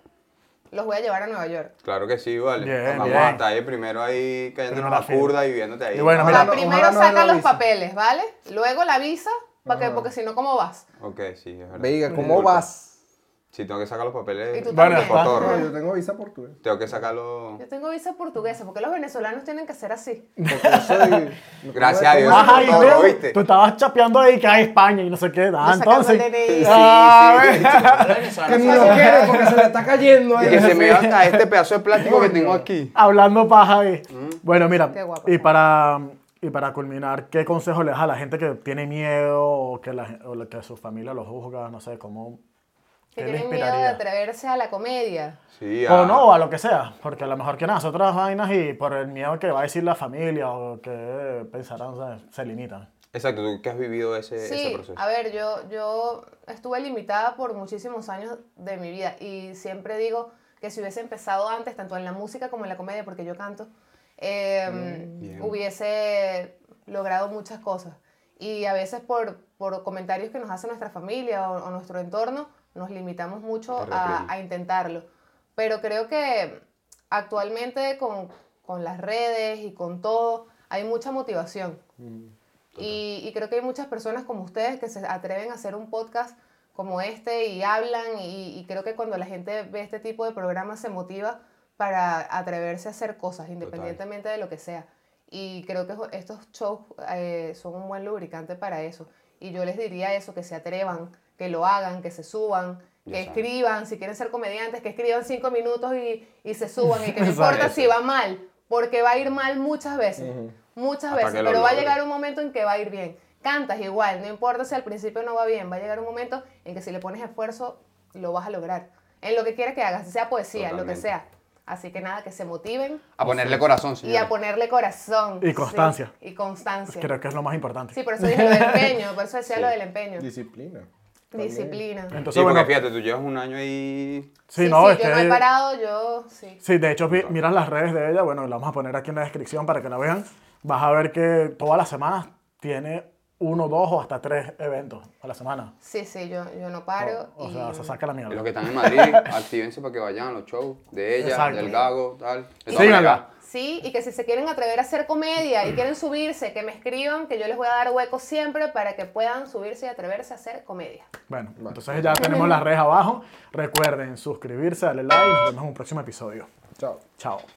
Speaker 3: los voy a llevar a Nueva York.
Speaker 1: Claro que sí, vale.
Speaker 4: Bien,
Speaker 1: Vamos
Speaker 4: bien.
Speaker 1: a estar ahí primero ahí cayéndonos
Speaker 4: Primera
Speaker 1: la curda
Speaker 4: fila.
Speaker 1: y viéndote ahí.
Speaker 4: Y bueno,
Speaker 3: O
Speaker 4: mira,
Speaker 3: sea,
Speaker 2: no-
Speaker 3: primero
Speaker 2: ojalá no dé
Speaker 3: saca
Speaker 2: la
Speaker 3: los
Speaker 2: visa.
Speaker 3: papeles, ¿vale? Luego la visa, para que, porque si no, ¿cómo vas?
Speaker 1: Ok, sí, es verdad.
Speaker 2: Veiga, ¿cómo
Speaker 1: Disculpa.
Speaker 2: vas?
Speaker 1: Sí, tengo que sacar los papeles.
Speaker 3: Y tú
Speaker 4: Bueno,
Speaker 3: también.
Speaker 4: está.
Speaker 2: No,
Speaker 1: Cotorro.
Speaker 2: yo tengo visa eh. portugués.
Speaker 1: Tengo que sacarlo.
Speaker 3: Yo tengo visa portuguesa, porque los venezolanos tienen que ser así.
Speaker 2: Porque yo soy...
Speaker 1: Gracias a Dios.
Speaker 4: Ajá, y
Speaker 1: Todo,
Speaker 4: veo,
Speaker 1: ¿viste?
Speaker 4: tú estabas chapeando ahí que hay España y no sé qué. Ah,
Speaker 3: Yo sacando el
Speaker 4: entonces.
Speaker 3: DNI.
Speaker 4: Ah, ve.
Speaker 2: Que ni lo quiere porque se le está cayendo.
Speaker 1: Y
Speaker 2: ahí.
Speaker 1: que se me hasta este pedazo de plástico que tengo aquí.
Speaker 4: Hablando paja ahí.
Speaker 1: Mm.
Speaker 4: Bueno, mira,
Speaker 3: Qué guapo.
Speaker 4: y para, y para culminar, ¿qué consejo le das a la gente que tiene miedo o que, la, gen- o la- que su familia los juzga? No sé, cómo.
Speaker 3: Que
Speaker 4: ¿Qué le
Speaker 3: tienen miedo de
Speaker 4: inspiraría?
Speaker 3: atreverse a la comedia.
Speaker 1: Sí,
Speaker 4: O
Speaker 1: ah,
Speaker 4: no, o a lo que sea, porque a lo mejor que nada, son otras vainas y por el miedo que va a decir la familia o que pensarán, ¿sabes? se limitan.
Speaker 1: Exacto, tú que has vivido ese, ese
Speaker 3: Sí,
Speaker 1: proceso.
Speaker 3: a ver, yo, yo estuve limitada por muchísimos años de mi vida y siempre digo que si hubiese empezado antes, tanto en la música como en la comedia, porque yo canto, eh,
Speaker 1: bien.
Speaker 3: hubiese logrado muchas cosas. Y a veces por, por comentarios que nos hace nuestra familia o, o nuestro entorno, nos limitamos mucho
Speaker 1: Te
Speaker 3: a,
Speaker 1: reprimes.
Speaker 3: a intentarlo. Pero creo que actualmente con, con las redes y con todo, hay mucha motivación. Y, y creo que hay muchas personas como ustedes que se atreven a hacer un podcast como este y hablan y, y creo que cuando la gente ve este tipo de programas se motiva para atreverse a hacer cosas, independientemente de lo que sea. Y creo que jo- estos shows eh, son un buen lubricante para eso. Y yo les diría eso, que se atrevan, que lo hagan, que se suban,
Speaker 1: Ya saben.
Speaker 3: que escriban, si quieren ser comediantes, que escriban cinco minutos y, y se suban. Y que no
Speaker 4: Eso,
Speaker 3: importa
Speaker 1: eso.
Speaker 3: si va mal, porque va a ir mal muchas veces. Muchas
Speaker 1: Hasta
Speaker 3: veces,
Speaker 1: que lo
Speaker 3: pero va a
Speaker 1: logres.
Speaker 3: llegar un momento en que va a ir bien. Cantas igual, no importa si al principio no va bien, va a llegar un momento en que si le pones esfuerzo, lo vas a lograr. En lo que quiera que hagas, sea poesía, lo que
Speaker 1: Totalmente.
Speaker 3: sea. Así que nada, que se motiven
Speaker 1: A ponerle corazón,
Speaker 3: y
Speaker 1: señor.
Speaker 3: a ponerle corazón.
Speaker 4: Y constancia.
Speaker 3: Sí, y constancia.
Speaker 4: Creo que es lo más importante.
Speaker 3: Sí, por eso dije lo del empeño, por eso decía
Speaker 1: Sí.
Speaker 3: lo del empeño.
Speaker 2: Disciplina. También.
Speaker 3: Disciplina.
Speaker 4: Entonces,
Speaker 1: Sí, porque
Speaker 4: bueno,
Speaker 1: fíjate, tú llevas un año ahí.
Speaker 4: sí, no, es
Speaker 3: yo no he
Speaker 4: que-
Speaker 3: parado, yo sí.
Speaker 4: Sí, de hecho, vi- miras las redes de ella, bueno, la vamos a poner aquí en la descripción para que la vean. Vas a ver que todas las semanas tiene uno, dos o hasta tres eventos a la semana.
Speaker 3: Sí, sí, yo, yo no paro.
Speaker 4: O
Speaker 3: y-
Speaker 4: sea, se saca la
Speaker 1: Y Los
Speaker 4: mierda.
Speaker 1: que están en Madrid, actívense para que vayan a los shows de ella,
Speaker 4: Exacto.
Speaker 1: del Gago, tal. De todas
Speaker 4: Síganla.
Speaker 1: maneras,
Speaker 3: Sí, y que si se quieren atrever a hacer comedia y quieren subirse, que me escriban, que yo les voy a dar hueco siempre para que puedan subirse y atreverse a hacer comedia.
Speaker 4: Bueno, entonces ya tenemos las redes abajo. Recuerden suscribirse, darle like y nos vemos en un próximo episodio.
Speaker 2: Chao.
Speaker 4: Chao.